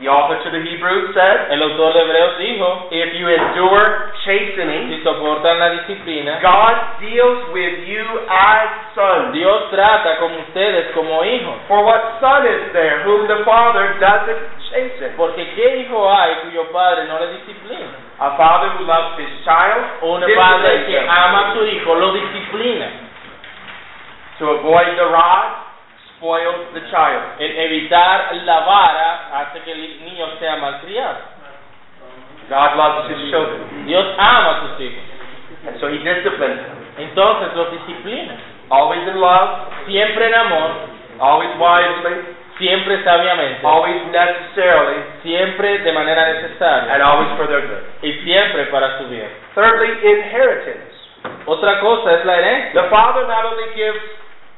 Speaker 1: The author to the Hebrews said,
Speaker 2: El autor de Hebreos dijo,
Speaker 1: If you endure chastening,
Speaker 2: si soportan la disciplina,
Speaker 1: God deals with you as sons.
Speaker 2: Dios trata con ustedes como hijos.
Speaker 1: For what son is there whom the father doesn't chasten?
Speaker 2: Porque ¿qué hijo hay cuyo padre no le disciplina?
Speaker 1: A father who loves his child
Speaker 2: Un
Speaker 1: disciplines
Speaker 2: padre que
Speaker 1: him
Speaker 2: ama a su hijo lo disciplina.
Speaker 1: to avoid the rod spoils the child.
Speaker 2: El evitar la vara hace que el niño sea malcriado.
Speaker 1: God loves his children,
Speaker 2: Dios ama a sus hijos.
Speaker 1: and so he disciplines them.
Speaker 2: Entonces los disciplina.
Speaker 1: Always in love,
Speaker 2: Siempre en amor,
Speaker 1: always wisely,
Speaker 2: siempre sabiamente,
Speaker 1: always necessarily,
Speaker 2: siempre de manera necesaria
Speaker 1: and always for their good.
Speaker 2: y siempre para su bien.
Speaker 1: Thirdly, inheritance.
Speaker 2: Otra cosa es la herencia.
Speaker 1: The father not only gives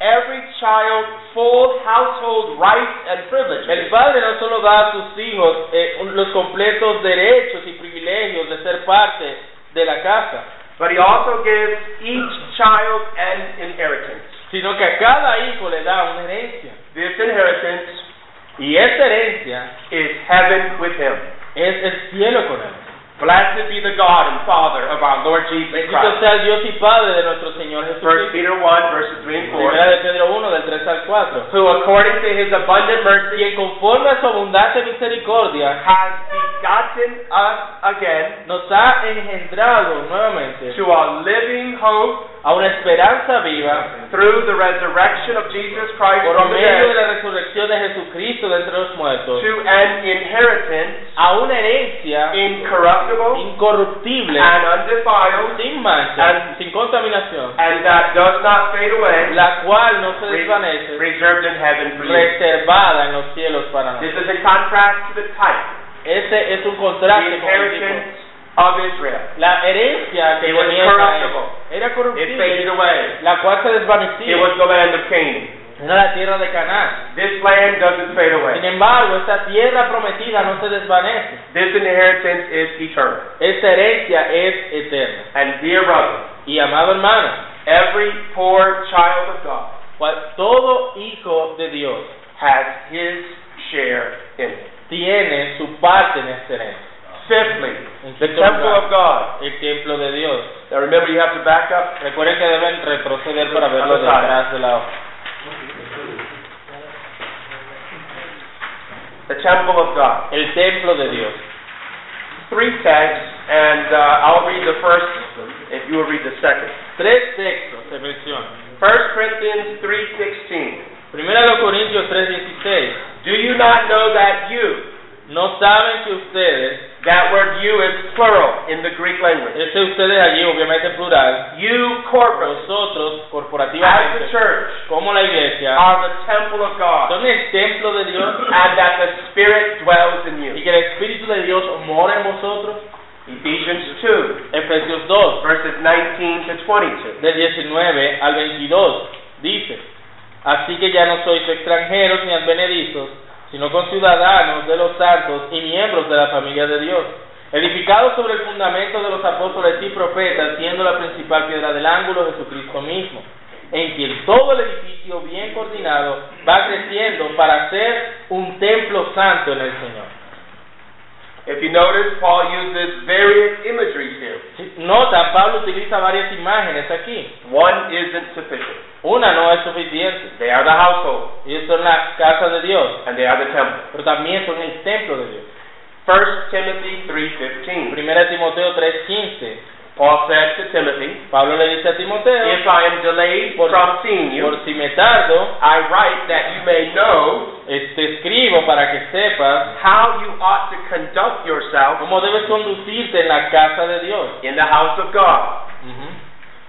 Speaker 1: every child full household rights and
Speaker 2: El
Speaker 1: privileges,
Speaker 2: padre no solo da a sus hijos eh, un- los completos derechos y privilegios de ser parte de la casa,
Speaker 1: But he also gives each child an inheritance.
Speaker 2: sino que a cada hijo le da una herencia.
Speaker 1: This inheritance
Speaker 2: Y esa herencia
Speaker 1: is heaven with him.
Speaker 2: es el cielo con él.
Speaker 1: Blessed be the God and Father of our Lord Jesus
Speaker 2: Bendito
Speaker 1: Christ.
Speaker 2: sea el Dios y Padre de nuestro Señor
Speaker 1: 1
Speaker 2: Jesucristo.
Speaker 1: Peter 1, verses 3 and
Speaker 2: Primera
Speaker 1: 4.
Speaker 2: de Pedro 1, del 3 al 4.
Speaker 1: Who, according to his abundant mercy,
Speaker 2: Quien conforme a su abundante misericordia
Speaker 1: has begotten us again
Speaker 2: nos ha engendrado nuevamente
Speaker 1: to a living hope
Speaker 2: a una esperanza viva
Speaker 1: through the resurrection of Jesus Christ
Speaker 2: por
Speaker 1: from the
Speaker 2: medio de
Speaker 1: dead
Speaker 2: la resurrección de Jesucristo de entre los muertos
Speaker 1: to an inheritance
Speaker 2: a una herencia
Speaker 1: incorruptible
Speaker 2: incorruptible,
Speaker 1: and undefiled
Speaker 2: sin
Speaker 1: ah,
Speaker 2: mancha, sin contaminación,
Speaker 1: and that does not fade away.
Speaker 2: la cual no se
Speaker 1: Re-
Speaker 2: desvanece,
Speaker 1: reserved in heaven for you.
Speaker 2: reservada en los cielos para
Speaker 1: This
Speaker 2: nosotros.
Speaker 1: is a contrast to the type,
Speaker 2: Ese es un
Speaker 1: the
Speaker 2: contraste con el tipo.
Speaker 1: inheritance of Israel.
Speaker 2: La herencia que
Speaker 1: It was
Speaker 2: tenía Israel
Speaker 1: corruptible.
Speaker 2: era
Speaker 1: It
Speaker 2: corruptible,
Speaker 1: faded away.
Speaker 2: la cual se
Speaker 1: It
Speaker 2: desvanecía,
Speaker 1: was the land of Canaan.
Speaker 2: era la tierra de Canaán.
Speaker 1: This land doesn't fade
Speaker 2: Sin
Speaker 1: away.
Speaker 2: embargo, esta tierra prometida no se desvanece.
Speaker 1: This inheritance is eternal.
Speaker 2: Esta herencia es eterna.
Speaker 1: And dear brother,
Speaker 2: Y amado hermano,
Speaker 1: every poor child of God
Speaker 2: cual- todo hijo de Dios
Speaker 1: has his share in it.
Speaker 2: tiene su parte en este esta herencia.
Speaker 1: Fifthly,
Speaker 2: En
Speaker 1: the
Speaker 2: quinto
Speaker 1: temple
Speaker 2: lugar,
Speaker 1: of God.
Speaker 2: el templo de Dios.
Speaker 1: Now remember, you have to back up.
Speaker 2: Recuerden que deben retroceder para verlo
Speaker 1: A los lados.
Speaker 2: detrás de la hoja.
Speaker 1: the temple of God.
Speaker 2: el templo de Dios.
Speaker 1: Three texts, and uh, I'll read the first, if you will read the second.
Speaker 2: Tres textos se mencionan.
Speaker 1: 1 Corinthians 3:16.
Speaker 2: Primera de los Corintios 3:16.
Speaker 1: Do you not know that you,
Speaker 2: No saben que ustedes,
Speaker 1: that word you is plural in the Greek language,
Speaker 2: este ustedes allí obviamente en plural,
Speaker 1: you corporate,
Speaker 2: nosotros
Speaker 1: as the
Speaker 2: corporativamente,
Speaker 1: church, Ah.
Speaker 2: como la iglesia,
Speaker 1: are the temple of God,
Speaker 2: son el templo de Dios
Speaker 1: and that the Spirit dwells in you.
Speaker 2: y que el Espíritu de Dios mora en vosotros.
Speaker 1: Ephesians 2,
Speaker 2: Efesios 2,
Speaker 1: verses 19 to 22.
Speaker 2: del 19 al 22, dice, Así que ya no sois extranjeros ni advenedizos, sino conciudadanos de los santos y miembros de la familia de Dios, edificados sobre el fundamento de los apóstoles y profetas, siendo la principal piedra del ángulo Jesucristo mismo, en quien todo el edificio bien coordinado va creciendo para ser un templo santo en el Señor.
Speaker 1: If you notice, Paul uses various imageries here.
Speaker 2: Si- Nota, Pablo utiliza varias imágenes aquí.
Speaker 1: One isn't sufficient.
Speaker 2: Una no es suficiente.
Speaker 1: They are the household,
Speaker 2: Ellos son la casa de Dios,
Speaker 1: and they are the temple.
Speaker 2: pero también son el templo de Dios.
Speaker 1: 1 Timothy 3.15.
Speaker 2: Primera de Timoteo 3:15.
Speaker 1: Paul said to Timothy,
Speaker 2: Pablo le dice a Timoteo,
Speaker 1: If I am delayed
Speaker 2: Por-
Speaker 1: from seeing you,
Speaker 2: por si me tardo,
Speaker 1: I write that you may know
Speaker 2: eh, te escribo para que sepas
Speaker 1: how you ought to conduct yourself
Speaker 2: cómo debes conducirte en la casa de Dios,
Speaker 1: in the house of God,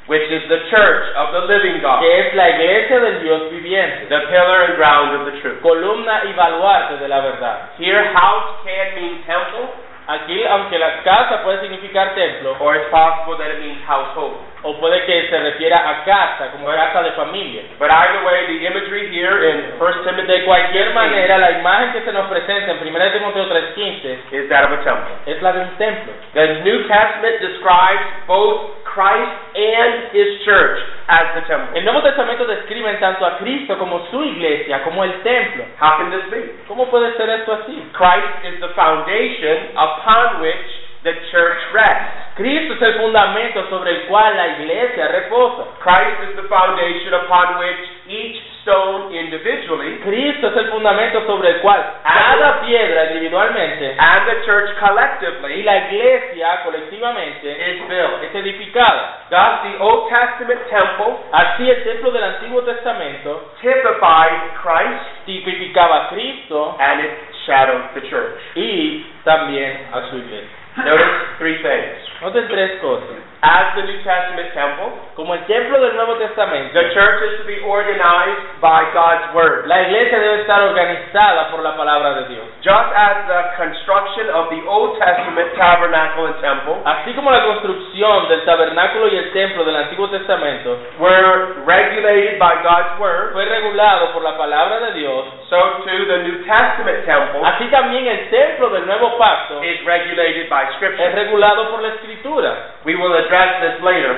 Speaker 1: which is the church of the living God,
Speaker 2: que es la iglesia del Dios viviente,
Speaker 1: the pillar and ground of the truth.
Speaker 2: columna y baluarte de la verdad.
Speaker 1: Here, house can mean temple,
Speaker 2: Aquí, aunque la casa puede significar templo,
Speaker 1: or it's possible that it means household.
Speaker 2: o puede que se refiera a casa, como casa de familia.
Speaker 1: But either way, the imagery here in 1 Timothy
Speaker 2: De cualquier manera, la imagen que se nos presenta en 1 Timoteo 3:15
Speaker 1: is that of a temple.
Speaker 2: es la de un templo.
Speaker 1: The New Testament describes both Christ and his church as the temple.
Speaker 2: El Nuevo Testamento describe tanto a Cristo como su iglesia, como el templo.
Speaker 1: How can this be?
Speaker 2: ¿Cómo puede ser esto así?
Speaker 1: Christ is the foundation upon which the church rests.
Speaker 2: Cristo es el fundamento sobre el cual la iglesia reposa.
Speaker 1: Christ is the foundation upon which each stone individually
Speaker 2: Cristo es el fundamento sobre el cual cada piedra individualmente
Speaker 1: and the church
Speaker 2: y
Speaker 1: collectively
Speaker 2: la iglesia colectivamente
Speaker 1: is built.
Speaker 2: es edificada.
Speaker 1: Thus, the Old Testament temple
Speaker 2: Así el templo del Antiguo Testamento
Speaker 1: typified Christ
Speaker 2: tipificaba a Cristo
Speaker 1: and it shadowed the church.
Speaker 2: y también a su iglesia.
Speaker 1: Notice three things.
Speaker 2: Noten tres cosas.
Speaker 1: As the New Testament temple,
Speaker 2: Como el templo del Nuevo Testamento,
Speaker 1: the church is to be organized by God's Word.
Speaker 2: la iglesia debe estar organizada por la palabra de Dios.
Speaker 1: Just as the construction of the Old Testament tabernacle and temple
Speaker 2: Así como la construcción del tabernáculo y el templo del Antiguo Testamento
Speaker 1: were regulated by God's Word,
Speaker 2: fue regulado por la palabra de Dios,
Speaker 1: so too the New Testament temple
Speaker 2: así también el templo del Nuevo Pacto
Speaker 1: is regulated by
Speaker 2: es
Speaker 1: Scripture.
Speaker 2: regulado por la Escritura.
Speaker 1: We will address this later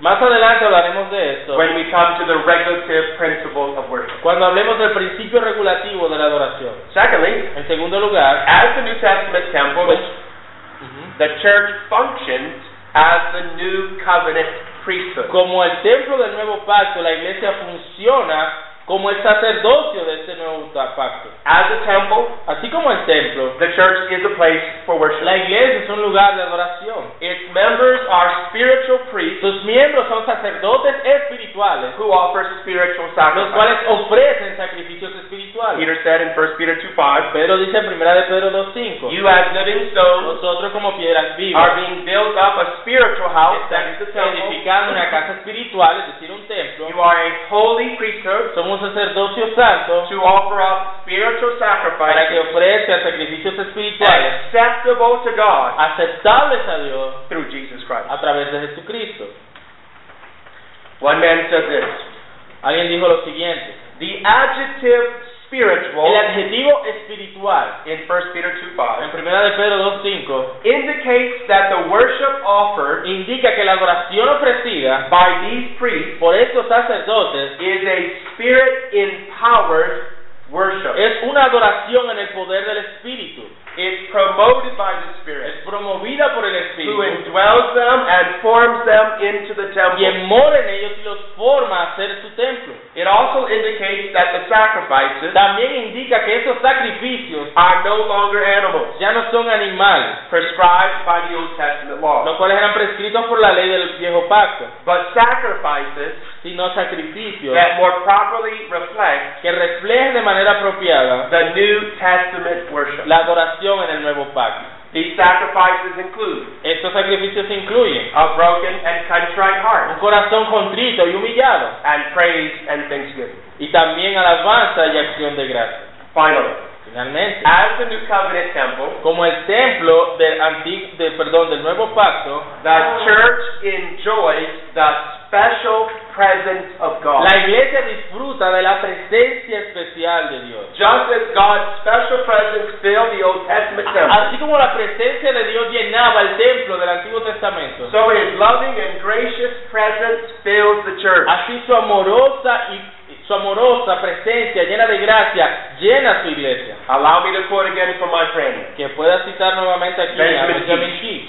Speaker 2: Más adelante hablaremos de esto
Speaker 1: when we come to the regulative principles of worship.
Speaker 2: cuando hablemos del principio regulativo de la adoración.
Speaker 1: Secondly,
Speaker 2: En segundo lugar,
Speaker 1: as the New Testament temple, the The church functions as the new covenant priesthood.
Speaker 2: como el templo del Nuevo Pacto, la iglesia funciona como el sacerdocio de este Nuevo Pacto.
Speaker 1: As a temple,
Speaker 2: Así como el templo,
Speaker 1: the church is a place for worship.
Speaker 2: la iglesia es un lugar de adoración.
Speaker 1: Its members are spiritual priests
Speaker 2: Sus miembros son sacerdotes espirituales,
Speaker 1: who offer spiritual
Speaker 2: los
Speaker 1: sacrifice.
Speaker 2: cuales ofrecen sacrificios espirituales.
Speaker 1: Peter said in 1 Peter 2:5,
Speaker 2: Pedro dice en 1 de Pedro 2.5,
Speaker 1: "You as living stones
Speaker 2: nosotros como piedras
Speaker 1: are
Speaker 2: vivas
Speaker 1: being built up a spiritual house, that is the
Speaker 2: estamos
Speaker 1: temple.
Speaker 2: edificando una casa espiritual, es decir, un
Speaker 1: You
Speaker 2: templo,
Speaker 1: are a holy priesthood
Speaker 2: somos un sacerdocio santo
Speaker 1: to offer up spiritual
Speaker 2: para que
Speaker 1: sacrifice
Speaker 2: ofrezca sacrificios espirituales
Speaker 1: acceptable to God
Speaker 2: aceptables a Dios
Speaker 1: through Jesus Christ."
Speaker 2: a través de Jesucristo.
Speaker 1: One man said this,
Speaker 2: Alguien dijo lo siguiente,
Speaker 1: "The adjective
Speaker 2: el
Speaker 1: spiritual
Speaker 2: adjetivo espiritual
Speaker 1: in 1 Peter 2
Speaker 2: en
Speaker 1: 5
Speaker 2: 1 de Pedro 2.5
Speaker 1: indicates that the worship offered
Speaker 2: indica que la adoración ofrecida
Speaker 1: by these priests
Speaker 2: por estos sacerdotes
Speaker 1: is a spirit empowered worship.
Speaker 2: es una adoración en el poder del Espíritu.
Speaker 1: is promoted by the
Speaker 2: es
Speaker 1: Spirit,
Speaker 2: promovida por el
Speaker 1: who
Speaker 2: Espíritu
Speaker 1: indwells them and forms them into the
Speaker 2: y
Speaker 1: temple.
Speaker 2: mora en ellos y los forma a ser su templo.
Speaker 1: It also indicates that the sacrifices
Speaker 2: También indica que esos sacrificios
Speaker 1: are no longer animals
Speaker 2: ya no son animales,
Speaker 1: prescribed by the Old Testament law,
Speaker 2: los cuales eran prescritos por la ley del viejo pacto,
Speaker 1: but sacrifices
Speaker 2: sino sacrificios
Speaker 1: that more properly reflect
Speaker 2: que reflejen de manera apropiada
Speaker 1: the New Testament worship.
Speaker 2: la adoración en el nuevo pacto.
Speaker 1: These sacrifices include
Speaker 2: Estos sacrificios incluyen
Speaker 1: a broken and contrite
Speaker 2: un
Speaker 1: heart
Speaker 2: corazón contrito y humillado,
Speaker 1: and praise and thanksgiving.
Speaker 2: y también alabanza y acción de gracia.
Speaker 1: Finally,
Speaker 2: Finalmente,
Speaker 1: as the New Covenant temple,
Speaker 2: como el templo del, anti- de- perdón, del nuevo pacto,
Speaker 1: the church enjoys the special presence of God.
Speaker 2: la iglesia disfruta de la presencia especial de Dios.
Speaker 1: Just as God's special presence filled the Old Testament temple,
Speaker 2: Así como la presencia de Dios llenaba el templo del Antiguo Testamento,
Speaker 1: so his loving and gracious presence fills the church.
Speaker 2: así su amorosa y su amorosa presencia llena de gracia llena su iglesia.
Speaker 1: Allow me to quote again from my friend.
Speaker 2: Que pueda citar nuevamente aquí a
Speaker 1: Benjamin
Speaker 2: Benjamin Keach.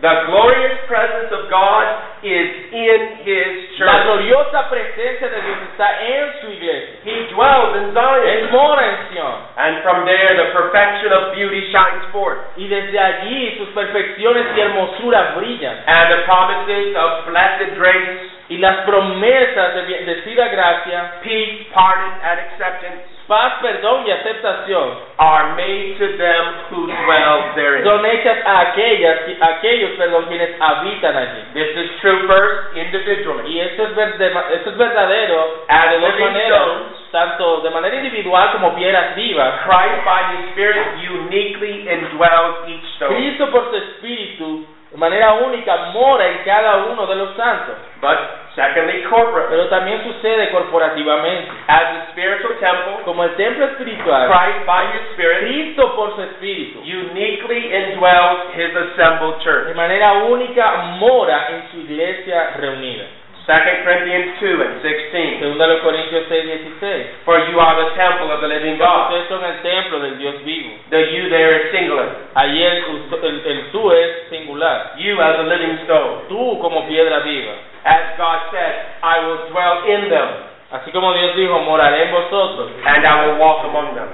Speaker 1: The glorious presence of God is in his
Speaker 2: La
Speaker 1: church.
Speaker 2: gloriosa presencia de Dios está en su iglesia.
Speaker 1: He dwells in
Speaker 2: Él
Speaker 1: Zion.
Speaker 2: mora en Sion.
Speaker 1: And from there, the perfection of beauty shines forth.
Speaker 2: Y desde allí sus perfecciones y hermosura brillan.
Speaker 1: And the promises of blessed grace,
Speaker 2: Y las promesas de bendecida gracia,
Speaker 1: peace, pardon, and acceptance
Speaker 2: paz, perdón y aceptación
Speaker 1: are made to them who dwell therein.
Speaker 2: son hechas a aquellas, a aquellos perdón, quienes habitan allí.
Speaker 1: This is true first individually.
Speaker 2: Y esto es, ver- de- esto es verdadero
Speaker 1: As
Speaker 2: de dos
Speaker 1: living
Speaker 2: maneras,
Speaker 1: stones,
Speaker 2: tanto de manera individual como piedras vivas.
Speaker 1: Christ by his Spirit uniquely indwells each stone.
Speaker 2: Cristo por su Espíritu, de manera única, mora en cada uno de los santos,
Speaker 1: But secondly, corporately,
Speaker 2: pero también sucede corporativamente.
Speaker 1: as a spiritual temple,
Speaker 2: Como el templo espiritual,
Speaker 1: Christ by his Spirit
Speaker 2: Cristo por su Espíritu,
Speaker 1: uniquely indwells his assembled
Speaker 2: de
Speaker 1: church.
Speaker 2: manera única, mora en su iglesia reunida.
Speaker 1: 2 Corinthians 2 and 16.
Speaker 2: Segunda de los Corintios 6, 16.
Speaker 1: For you are the temple of the living God.
Speaker 2: Ustedes son el templo del Dios vivo.
Speaker 1: The you there is singular.
Speaker 2: Allí el, el- el tú es singular.
Speaker 1: You as a living stone.
Speaker 2: Tú como piedra viva.
Speaker 1: As God said, I will dwell in them
Speaker 2: Así como Dios dijo, moraré en vosotros
Speaker 1: and I will walk among them.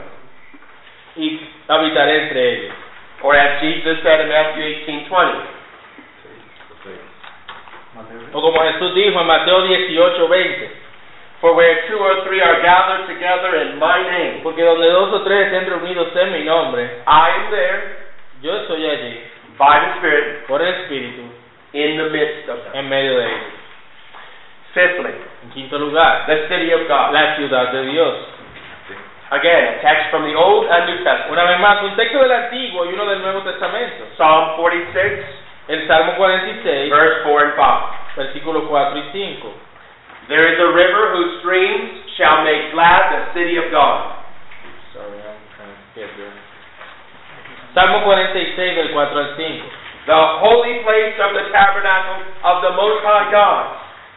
Speaker 2: y habitaré entre ellos.
Speaker 1: Or as Jesus said in Matthew 18 20.
Speaker 2: O como Jesús dijo en Mateo 18, 20.
Speaker 1: For where two or three are gathered together in my name,
Speaker 2: Porque donde dos o tres estén reunidos en mi nombre,
Speaker 1: I am there
Speaker 2: yo estoy allí,
Speaker 1: by the Spirit
Speaker 2: por el Espíritu,
Speaker 1: in the midst of them.
Speaker 2: en medio de ellos.
Speaker 1: Fifthly,
Speaker 2: En quinto lugar,
Speaker 1: the city of God.
Speaker 2: la ciudad de Dios.
Speaker 1: Again, a text from the Old and New Testament.
Speaker 2: Una vez más, un texto del Antiguo y uno del Nuevo Testamento.
Speaker 1: Psalm 46,
Speaker 2: El Salmo 46,
Speaker 1: verse 4 and 5.
Speaker 2: versículos 4 y 5.
Speaker 1: There is a river whose streams shall make glad the city of God.
Speaker 2: Sorry, I'm trying to get there. Salmo 46, del 4 al 5.
Speaker 1: The holy place of the tabernacle of the Most High God.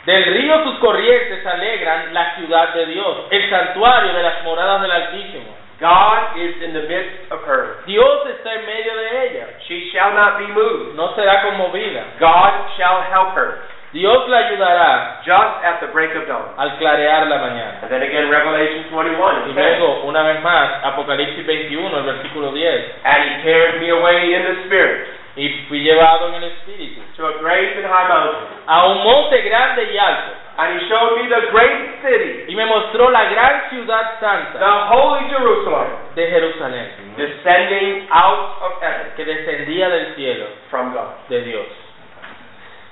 Speaker 2: Del río sus corrientes alegran la ciudad de Dios, el santuario de las moradas del Altísimo.
Speaker 1: God is in the midst of her.
Speaker 2: Dios está en medio de ella,
Speaker 1: She shall not be moved.
Speaker 2: no será conmovida.
Speaker 1: God shall help her
Speaker 2: Dios la ayudará
Speaker 1: just at the break of dawn.
Speaker 2: al clarear la mañana.
Speaker 1: And then again, Revelation 21.
Speaker 2: Y
Speaker 1: it says,
Speaker 2: luego, una vez más, Apocalipsis 21, el versículo 10.
Speaker 1: And he carried me away in the spirit
Speaker 2: Y fui llevado en el Espíritu
Speaker 1: to a great and high mountain.
Speaker 2: a un monte grande y alto,
Speaker 1: And he showed me the great city,
Speaker 2: y me mostró la gran ciudad santa
Speaker 1: the holy Jerusalem,
Speaker 2: de Jerusalén.
Speaker 1: descending out of heaven
Speaker 2: que descendía del cielo
Speaker 1: from God.
Speaker 2: de Dios.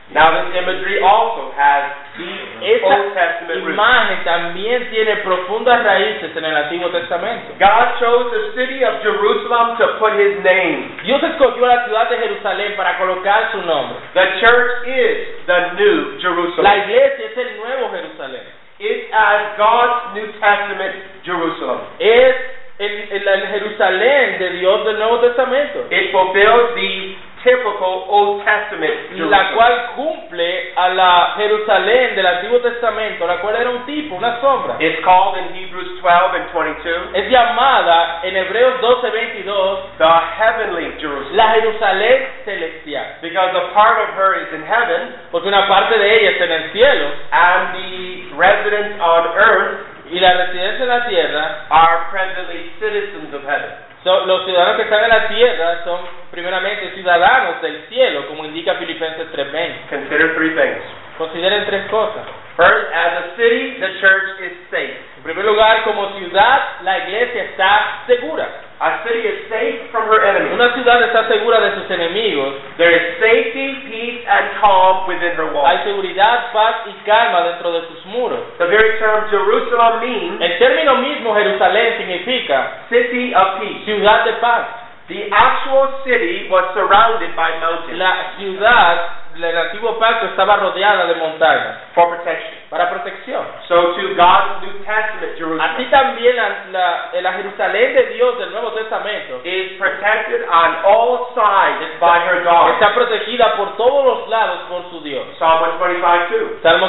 Speaker 1: Now, this imagery also has deep
Speaker 2: Esa
Speaker 1: Old Testament roots.
Speaker 2: imagen también tiene profundas raíces en el Antiguo Testamento.
Speaker 1: God chose the city of Jerusalem to put his name.
Speaker 2: Dios escogió la ciudad de Jerusalén para colocar su nombre.
Speaker 1: The church is the new Jerusalem.
Speaker 2: La iglesia es el nuevo Jerusalén.
Speaker 1: It's as God's New Testament Jerusalem.
Speaker 2: Es el, el- el Jerusalén de Dios del Nuevo Testamento.
Speaker 1: It fulfills the typical Old Testament
Speaker 2: la
Speaker 1: Jerusalem.
Speaker 2: cual cumple a la Jerusalén del Antiguo Testamento, la cual era un tipo, una sombra.
Speaker 1: It's called in Hebrews 12 and 22
Speaker 2: Es llamada en Hebreos 12:22
Speaker 1: the heavenly Jerusalem
Speaker 2: la Jerusalén celestial,
Speaker 1: because a part of her is in heaven
Speaker 2: porque una parte de ella está en el cielo
Speaker 1: and the residents on earth
Speaker 2: y la residencia en la tierra,
Speaker 1: are presently citizens of heaven.
Speaker 2: son- los ciudadanos que están en la tierra son primeramente ciudadanos del cielo, como indica Filipenses 3:20.
Speaker 1: Consider three things.
Speaker 2: Consideren tres cosas.
Speaker 1: First, as a city, the church is safe.
Speaker 2: En primer lugar, como ciudad, la iglesia está segura.
Speaker 1: A city is safe from her enemies.
Speaker 2: Una ciudad está segura de sus enemigos
Speaker 1: There is safety, peace, and calm within her
Speaker 2: Hay
Speaker 1: walls.
Speaker 2: seguridad, paz y calma dentro de sus muros.
Speaker 1: The very term Jerusalem means
Speaker 2: El término mismo Jerusalén significa
Speaker 1: city of peace.
Speaker 2: ciudad de paz.
Speaker 1: The actual city was surrounded by mountains
Speaker 2: La ciudad del antiguo pacto estaba rodeada de montañas
Speaker 1: for protection.
Speaker 2: para protección.
Speaker 1: So to God's New Testament, Jerusalem
Speaker 2: Así también la, la- la Jerusalén de Dios del Nuevo Testamento
Speaker 1: is protected on all sides by her God.
Speaker 2: está protegida por todos los lados por su Dios.
Speaker 1: Psalm 125, 2.
Speaker 2: Salmo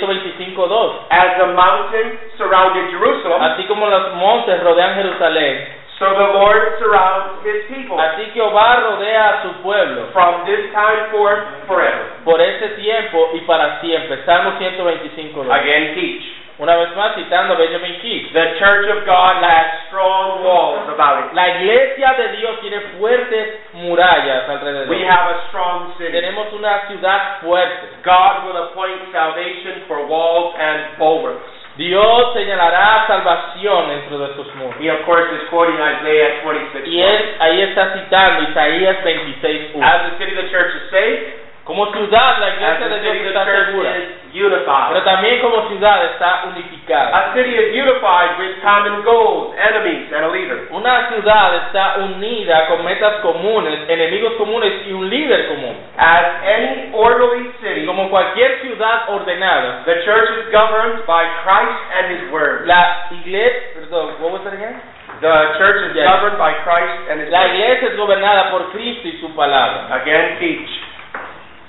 Speaker 2: 125.2
Speaker 1: As the mountain surrounded Jerusalem,
Speaker 2: Así como los montes rodean Jerusalén,
Speaker 1: so the Lord surrounds his people
Speaker 2: así Jehová rodea a su pueblo.
Speaker 1: from this time forth forever.
Speaker 2: por ese tiempo y para siempre. Salmo 125. ¿no?
Speaker 1: Again, teach.
Speaker 2: Una vez más citando a Benjamin Keith.
Speaker 1: The church of God has strong walls about it.
Speaker 2: La iglesia de Dios tiene fuertes murallas alrededor.
Speaker 1: We have a strong city.
Speaker 2: Tenemos una ciudad fuerte.
Speaker 1: God will appoint salvation for walls and bulwarks.
Speaker 2: Dios señalará salvación dentro de sus muros.
Speaker 1: He, of course, is quoting Isaiah 26.
Speaker 2: Y él ahí está citando Isaías 26.1.
Speaker 1: As the city of the church is safe,
Speaker 2: Como ciudad, la
Speaker 1: Ah, as
Speaker 2: iglesia
Speaker 1: the
Speaker 2: de
Speaker 1: city of
Speaker 2: Dios
Speaker 1: the
Speaker 2: está
Speaker 1: church
Speaker 2: segura.
Speaker 1: is unified.
Speaker 2: Pero también como ciudad está unificada.
Speaker 1: A city is unified with common goals, enemies, and a leader.
Speaker 2: Una ciudad está unida con metas comunes, enemigos comunes y un líder común.
Speaker 1: As any orderly city,
Speaker 2: Y como cualquier ciudad ordenada,
Speaker 1: The church is governed by Christ and His Word.
Speaker 2: la iglesia, perdón, what was that again?
Speaker 1: The church is
Speaker 2: Yes.
Speaker 1: governed by Christ and His
Speaker 2: La
Speaker 1: Word.
Speaker 2: iglesia es gobernada por Cristo y su palabra.
Speaker 1: Again, teach.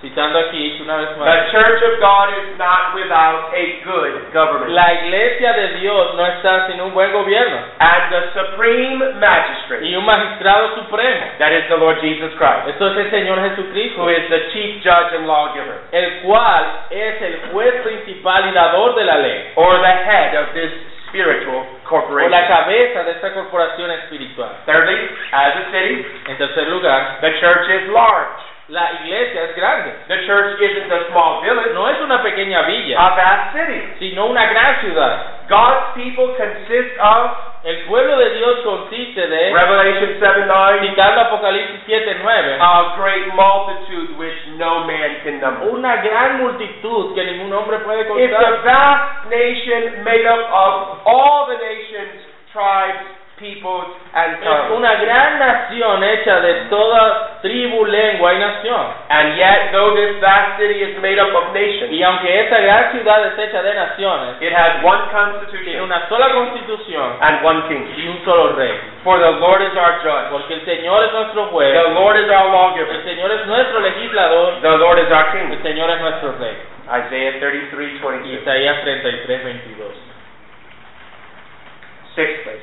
Speaker 2: Citando aquí una vez
Speaker 1: The
Speaker 2: más.
Speaker 1: church of God is not without a good government.
Speaker 2: La iglesia de Dios no está sin un buen gobierno
Speaker 1: And the supreme magistrate,
Speaker 2: y un magistrado supremo.
Speaker 1: that is the Lord Jesus Christ,
Speaker 2: Esto es el Señor
Speaker 1: who
Speaker 2: Jesucristo,
Speaker 1: is the chief judge and lawgiver,
Speaker 2: el cual es el juez principal y dador de la ley,
Speaker 1: or the head of this spiritual
Speaker 2: o la
Speaker 1: corporation.
Speaker 2: cabeza de esta corporación espiritual.
Speaker 1: Thirdly, as a city,
Speaker 2: En tercer lugar,
Speaker 1: the church is large.
Speaker 2: la iglesia es grande.
Speaker 1: The church isn't a small village,
Speaker 2: No es una pequeña
Speaker 1: a
Speaker 2: villa,
Speaker 1: vast city.
Speaker 2: sino una gran ciudad.
Speaker 1: God's people consist of
Speaker 2: El pueblo de Dios consiste de,
Speaker 1: Revelation 7 9,
Speaker 2: citando Apocalipsis 7, 9,
Speaker 1: a great multitude which no man can number.
Speaker 2: una gran multitud que ningún hombre puede
Speaker 1: It's a
Speaker 2: contar.
Speaker 1: vast nation made up of all the nations, tribes, peoples, and
Speaker 2: Es
Speaker 1: tongues.
Speaker 2: una gran nación hecha de toda tribu, lengua y nación.
Speaker 1: And yet, though this vast city is made up of
Speaker 2: Y
Speaker 1: nations,
Speaker 2: aunque esta gran ciudad es hecha de naciones,
Speaker 1: it has one
Speaker 2: tiene
Speaker 1: constitution
Speaker 2: una sola constitución
Speaker 1: and one king.
Speaker 2: y un solo rey.
Speaker 1: For the Lord is our judge,
Speaker 2: Porque el Señor es nuestro
Speaker 1: the
Speaker 2: juez,
Speaker 1: Lord is our
Speaker 2: el
Speaker 1: lawgiver,
Speaker 2: Señor es nuestro legislador,
Speaker 1: the Lord is our king.
Speaker 2: el Señor es nuestro rey.
Speaker 1: Isaiah 33 26.
Speaker 2: Isaías 33, 22.
Speaker 1: Sixth place.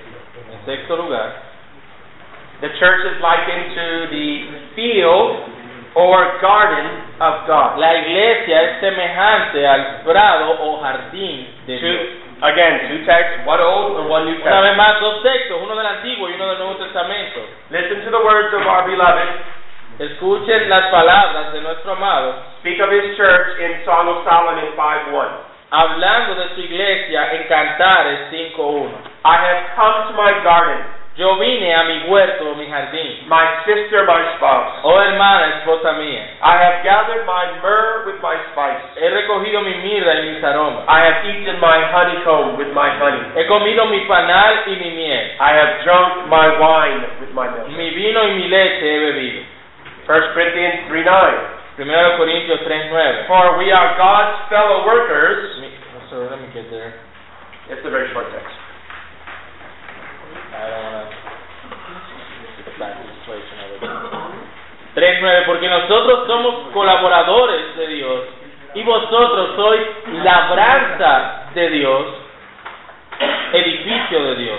Speaker 2: En sexto lugar,
Speaker 1: The church is likened to the field or garden of God.
Speaker 2: La iglesia es semejante al prado o jardín de
Speaker 1: Two,
Speaker 2: Dios.
Speaker 1: again, two texts, one old and one new
Speaker 2: Una vez
Speaker 1: testament.
Speaker 2: más, dos textos, uno del Antiguo y uno del Nuevo Testamento.
Speaker 1: Listen to the words of our beloved.
Speaker 2: Escuchen las palabras de nuestro amado,
Speaker 1: Speak of his church in Song of Solomon 5.1.
Speaker 2: hablando de su iglesia en Cantares 5.1.
Speaker 1: I have come to my garden,
Speaker 2: Yo vine a mi huerto, o mi jardín.
Speaker 1: my sister, my spouse.
Speaker 2: Oh hermana, esposa mía,
Speaker 1: I have gathered my myrrh with my spice.
Speaker 2: he recogido mi mirra y mis aromas.
Speaker 1: I have eaten my honeycomb with my honey.
Speaker 2: He comido mi panal y mi miel.
Speaker 1: I have drunk my wine with my milk.
Speaker 2: Mi vino y mi leche he bebido.
Speaker 1: 1 Corinthians 3.9.
Speaker 2: 1 Corintios 3.9.
Speaker 1: For we are God's fellow workers.
Speaker 2: Mi- sorry, let me get there.
Speaker 1: It's a very short text.
Speaker 2: I don't wanna- Back to the place and everything. Tres somos colaboradores de Dios y vosotros sois labranza de Dios, edificio de Dios.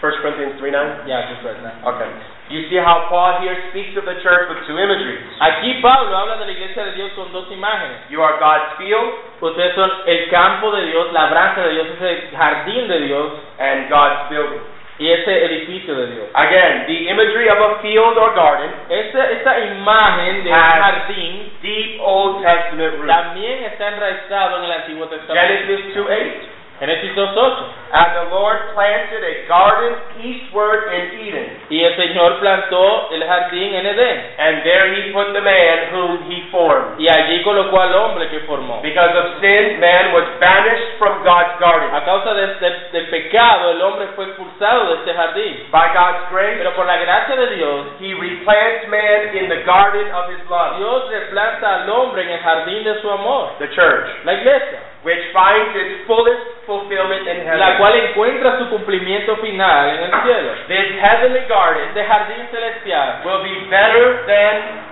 Speaker 1: 1 Corinthians 3 9?
Speaker 2: Ya, pues, eso es verdad.
Speaker 1: Okay. You see how Paul here speaks of the church with two imageries.
Speaker 2: Aquí Pablo habla de la iglesia de Dios con dos imágenes.
Speaker 1: You are God's field,
Speaker 2: Ustedes son el campo de Dios, la branza de Dios, ese jardín de Dios
Speaker 1: and God's building.
Speaker 2: y ese edificio de Dios.
Speaker 1: Again, the imagery of a field or garden,
Speaker 2: Esta, esta imagen de un
Speaker 1: Ah.
Speaker 2: jardín
Speaker 1: deep Old Testament roots.
Speaker 2: también está enraizado en el Antiguo Testamento.
Speaker 1: Genesis 2 8.
Speaker 2: Génesis 2.8.
Speaker 1: And the Lord planted a garden eastward in Eden,
Speaker 2: Y el Señor plantó el jardín en Edén.
Speaker 1: and there he put the man whom he formed.
Speaker 2: Y allí colocó al hombre que formó.
Speaker 1: Because of sin, man was banished from God's garden.
Speaker 2: A causa de- de- del pecado, el hombre fue expulsado de este jardín.
Speaker 1: By God's grace,
Speaker 2: Pero por la gracia de Dios,
Speaker 1: he replants man in the garden of his love,
Speaker 2: Dios replanta al hombre en el jardín de su amor,
Speaker 1: the church,
Speaker 2: la iglesia,
Speaker 1: which finds its fullest fulfillment in
Speaker 2: la
Speaker 1: heaven.
Speaker 2: cual encuentra su cumplimiento final en el cielo.
Speaker 1: This heavenly garden
Speaker 2: Este jardín celestial
Speaker 1: will be better than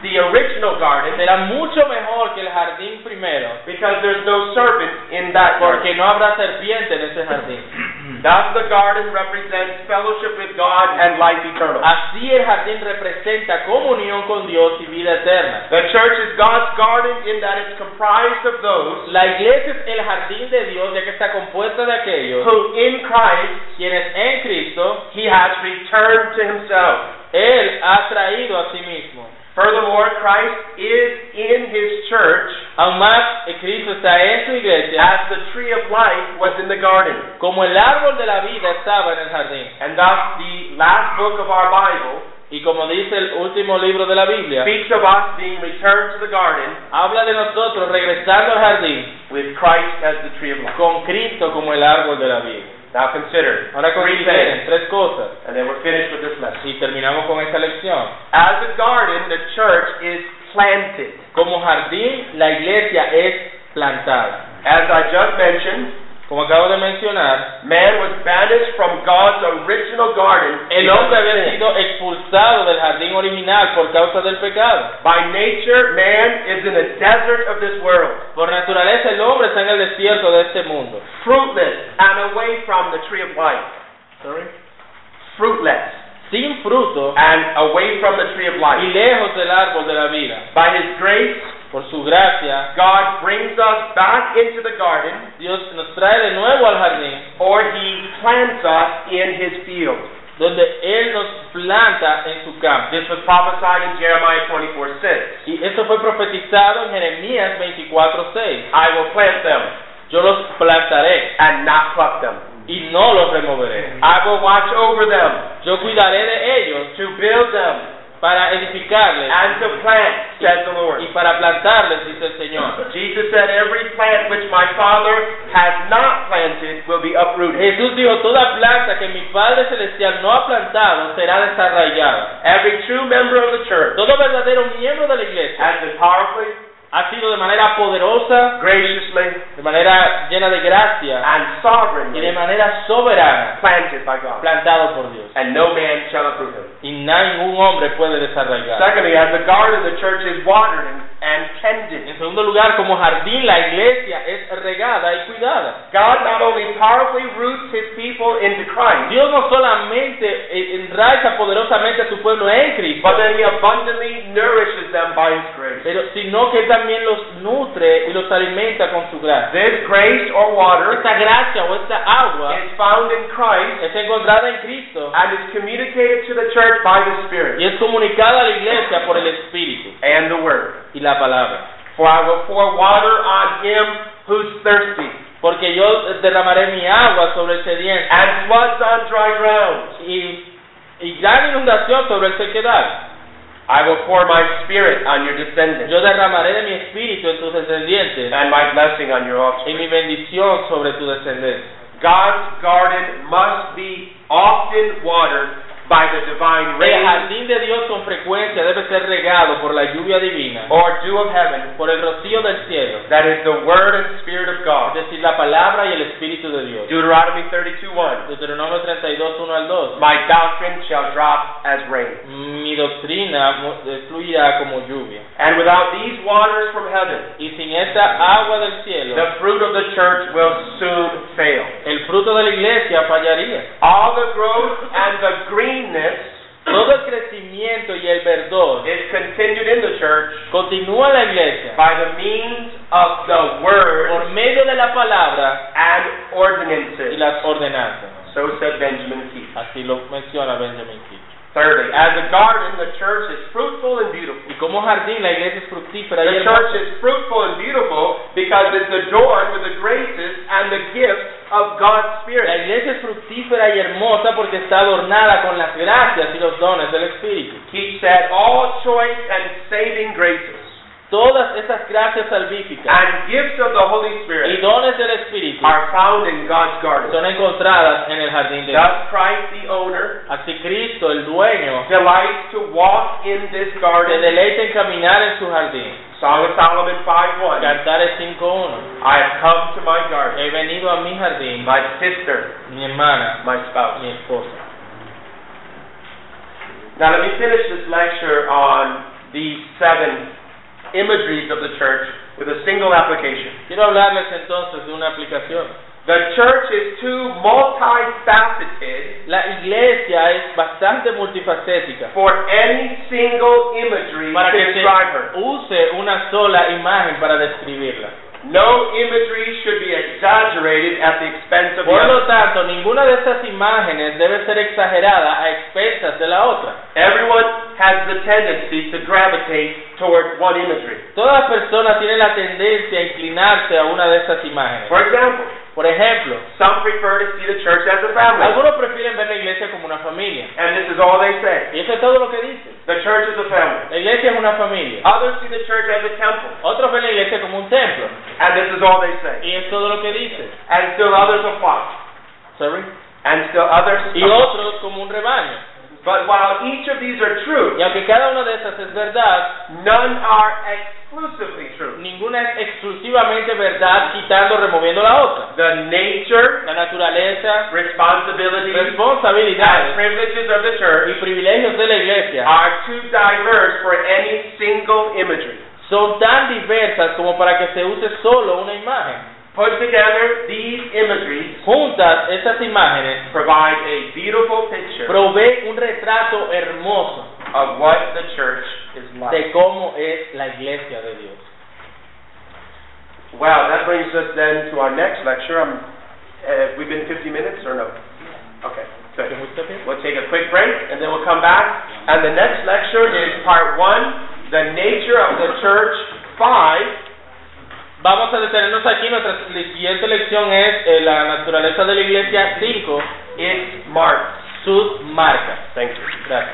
Speaker 1: the original garden
Speaker 2: será mucho mejor que el jardín primero,
Speaker 1: because there's no serpent in that garden.
Speaker 2: porque no habrá serpiente en ese jardín.
Speaker 1: Thus, the garden represents fellowship with God and life eternal.
Speaker 2: Así el jardín representa comunión con Dios y vida eterna.
Speaker 1: The church is God's garden in that it's comprised of those
Speaker 2: La iglesia es el jardín de Dios, ya que está compuesta de aquellos
Speaker 1: who in Christ
Speaker 2: quienes en Cristo
Speaker 1: he has returned to himself.
Speaker 2: Él ha traído a sí mismo.
Speaker 1: Furthermore, Christ is in his church
Speaker 2: Aún más, eh, Cristo está en su iglesia,
Speaker 1: as the tree of life was in the garden.
Speaker 2: como el árbol de la vida estaba en el jardín.
Speaker 1: And thus, the last book of our Bible
Speaker 2: Y como dice el último libro de la Biblia,
Speaker 1: speaks of us being returned to the garden
Speaker 2: habla de nosotros regresando al jardín
Speaker 1: with Christ as the tree of life.
Speaker 2: con Cristo como el árbol de la vida.
Speaker 1: Now consider
Speaker 2: Ahora
Speaker 1: three
Speaker 2: consideren
Speaker 1: things,
Speaker 2: tres cosas
Speaker 1: and then we're finished with this lesson.
Speaker 2: y terminamos con esta lección.
Speaker 1: As a garden, the church is planted.
Speaker 2: Como jardín, la iglesia es plantada.
Speaker 1: As I just mentioned,
Speaker 2: Como acabo de mencionar,
Speaker 1: Man was banished from God's original garden
Speaker 2: El
Speaker 1: because
Speaker 2: hombre
Speaker 1: of
Speaker 2: había
Speaker 1: sin.
Speaker 2: sido expulsado del jardín original por causa del pecado.
Speaker 1: By nature, man is in the desert of this world,
Speaker 2: Por naturaleza el hombre está en el desierto de este mundo.
Speaker 1: fruitless and away from the tree of life. Fruitless
Speaker 2: Sin fruto
Speaker 1: and away from the tree of
Speaker 2: y
Speaker 1: life.
Speaker 2: lejos del árbol de la vida.
Speaker 1: By His grace,
Speaker 2: Por su gracia,
Speaker 1: God brings us back into the garden,
Speaker 2: Dios nos trae de nuevo al jardín
Speaker 1: or He plants us in His field.
Speaker 2: donde Él nos planta en su campo.
Speaker 1: This was prophesied in Jeremiah 24 6.
Speaker 2: Y esto fue profetizado en Jeremías 24:6.
Speaker 1: I will plant them
Speaker 2: Yo los plantaré
Speaker 1: and not pluck them.
Speaker 2: y no los removeré.
Speaker 1: I will watch over them
Speaker 2: Yo cuidaré de ellos
Speaker 1: to build them
Speaker 2: para edificarles
Speaker 1: and to plant, says the Lord.
Speaker 2: y para plantarles, dice el Señor.
Speaker 1: Jesus said, Every plant which my Father has not planted will be uprooted.
Speaker 2: Jesús dijo, toda planta que mi Padre Celestial no ha plantado será desarraigada.
Speaker 1: Every true member of the church
Speaker 2: Todo verdadero miembro de la iglesia
Speaker 1: has been powerfully,
Speaker 2: ha sido de manera poderosa,
Speaker 1: graciously,
Speaker 2: de manera llena de gracia
Speaker 1: and
Speaker 2: y de
Speaker 1: sovereignly
Speaker 2: manera soberana
Speaker 1: planted by God,
Speaker 2: plantado por Dios.
Speaker 1: and no man shall uproot him.
Speaker 2: Y ningún hombre puede desarraigar.
Speaker 1: Secondly, as a garden, the church is watered and, and tended.
Speaker 2: En segundo lugar, como jardín, la iglesia es regada y cuidada.
Speaker 1: God not only powerfully roots his people into Christ,
Speaker 2: Dios no solamente eh, enraiza poderosamente a su pueblo en Cristo,
Speaker 1: but then he abundantly nourishes them by his grace.
Speaker 2: pero, sino que Él también los nutre y los alimenta con su gracia.
Speaker 1: This grace or water
Speaker 2: Esta gracia o esta agua
Speaker 1: is found in Christ
Speaker 2: es encontrada en Cristo
Speaker 1: and is communicated to the church by the Spirit
Speaker 2: y es comunicada a la iglesia por el Espíritu
Speaker 1: and the Word.
Speaker 2: y la palabra.
Speaker 1: For I will pour water on him who's thirsty,
Speaker 2: Porque yo derramaré mi agua sobre el sediento
Speaker 1: and floods on dry ground.
Speaker 2: y, y gran inundación sobre el sequedal.
Speaker 1: I will pour my Spirit on your descendants,
Speaker 2: Yo derramaré de mi espíritu en tus descendientes
Speaker 1: and my blessing on your
Speaker 2: y
Speaker 1: offspring.
Speaker 2: mi bendición sobre tu descendencia.
Speaker 1: God's garden must be often watered by the divine
Speaker 2: El
Speaker 1: rain
Speaker 2: jardín de Dios con frecuencia debe ser regado por la lluvia divina,
Speaker 1: or dew of heaven.
Speaker 2: por el rocío del cielo,
Speaker 1: That is the word and spirit of
Speaker 2: es
Speaker 1: God.
Speaker 2: decir, la palabra y el Espíritu de Dios.
Speaker 1: Deuteronomy 32:1.
Speaker 2: Deuteronomio 32, 1 al 2.
Speaker 1: My doctrine shall drop as rain.
Speaker 2: Mi doctrina mu- eh, fluirá como lluvia.
Speaker 1: And without these waters from heaven,
Speaker 2: Y sin esta agua del cielo,
Speaker 1: the fruit of the church will soon fail.
Speaker 2: el fruto de la iglesia fallaría.
Speaker 1: All the growth and the greenness
Speaker 2: Todo el crecimiento y el verdor
Speaker 1: is continued in the church
Speaker 2: continúa en la iglesia
Speaker 1: by the means of the
Speaker 2: por
Speaker 1: word
Speaker 2: medio de la palabra
Speaker 1: and
Speaker 2: y
Speaker 1: ordinances.
Speaker 2: las ordenanzas.
Speaker 1: So said Benjamin Keith.
Speaker 2: Así lo menciona Benjamin Keith.
Speaker 1: Thirdly, as a garden, the church is fruitful and beautiful.
Speaker 2: Y como jardín, la iglesia es fructífera y
Speaker 1: The church
Speaker 2: hermosa.
Speaker 1: is fruitful and beautiful because it's adorned with the graces and the gifts of God's
Speaker 2: La
Speaker 1: Spirit.
Speaker 2: iglesia es fructífera y hermosa porque está adornada con las gracias y los dones del Espíritu.
Speaker 1: Keith said, all choice and saving graces
Speaker 2: Todas esas gracias salvíficas
Speaker 1: and gifts of the Holy
Speaker 2: y
Speaker 1: Spirit
Speaker 2: dones del Espíritu
Speaker 1: are found in God's garden.
Speaker 2: son encontradas en el jardín de Dios.
Speaker 1: Thus Christ the owner
Speaker 2: Así Cristo, el dueño,
Speaker 1: delights to walk in this
Speaker 2: se
Speaker 1: garden.
Speaker 2: deleita en caminar en su jardín.
Speaker 1: Song of Solomon 5.1
Speaker 2: Cantares 5.1.
Speaker 1: I have come to my garden,
Speaker 2: He venido a mi jardín,
Speaker 1: my sister,
Speaker 2: mi hermana,
Speaker 1: my spouse.
Speaker 2: mi esposa.
Speaker 1: Now let me finish this lecture on the seven imageries of the church with a single application.
Speaker 2: Quiero hablarles entonces de una aplicación.
Speaker 1: The church is too multifaceted
Speaker 2: La iglesia es bastante multifacética
Speaker 1: for any single imagery
Speaker 2: para
Speaker 1: to
Speaker 2: que
Speaker 1: describe her.
Speaker 2: se use una sola imagen para describirla.
Speaker 1: No imagery should be exaggerated at the expense of the
Speaker 2: Por
Speaker 1: other.
Speaker 2: lo tanto, ninguna de estas imágenes debe ser exagerada a expensas de la otra.
Speaker 1: Everyone has the tendency to gravitate toward one imagery.
Speaker 2: Todas las personas tienen la tendencia a inclinarse a una de estas imágenes.
Speaker 1: For example,
Speaker 2: Por ejemplo,
Speaker 1: some prefer to see the church as a family,
Speaker 2: algunos prefieren ver la iglesia como una familia.
Speaker 1: and this is all they say.
Speaker 2: Y eso es todo lo que dicen.
Speaker 1: The church is a family.
Speaker 2: La iglesia es una familia.
Speaker 1: Others see the church as a temple,
Speaker 2: Otros ven la iglesia como un templo.
Speaker 1: and this is all they say.
Speaker 2: Y es todo lo que dice.
Speaker 1: And still others apply,
Speaker 2: Sorry.
Speaker 1: and still others.
Speaker 2: Y otros como un rebaño.
Speaker 1: But while each of these are
Speaker 2: Y
Speaker 1: true,
Speaker 2: aunque cada una de esas es verdad,
Speaker 1: none are exclusively true.
Speaker 2: ninguna es exclusivamente verdad quitando o removiendo la otra.
Speaker 1: The nature,
Speaker 2: La naturaleza,
Speaker 1: responsibilities, and
Speaker 2: responsabilidades
Speaker 1: privileges of the
Speaker 2: y
Speaker 1: church
Speaker 2: privilegios de la iglesia
Speaker 1: are too diverse for any single imagery.
Speaker 2: son tan diversas como para que se use solo una imagen.
Speaker 1: Put together, these imageries
Speaker 2: Juntas, estas imágenes
Speaker 1: provide a beautiful picture
Speaker 2: proveen un retrato hermoso
Speaker 1: of what the church is like.
Speaker 2: de cómo es la iglesia de Dios.
Speaker 1: Wow, that brings us then to our next lecture. Um, uh, we've been 50 minutes or no? Okay, good. We'll take a quick break and then we'll come back. And the next lecture is part one, the nature of the church. Five,
Speaker 2: Vamos a detenernos aquí. Nuestra siguiente lección es eh, la naturaleza de la iglesia 5,
Speaker 1: its marks.
Speaker 2: sus marcas.
Speaker 1: Thank you.
Speaker 2: Gracias.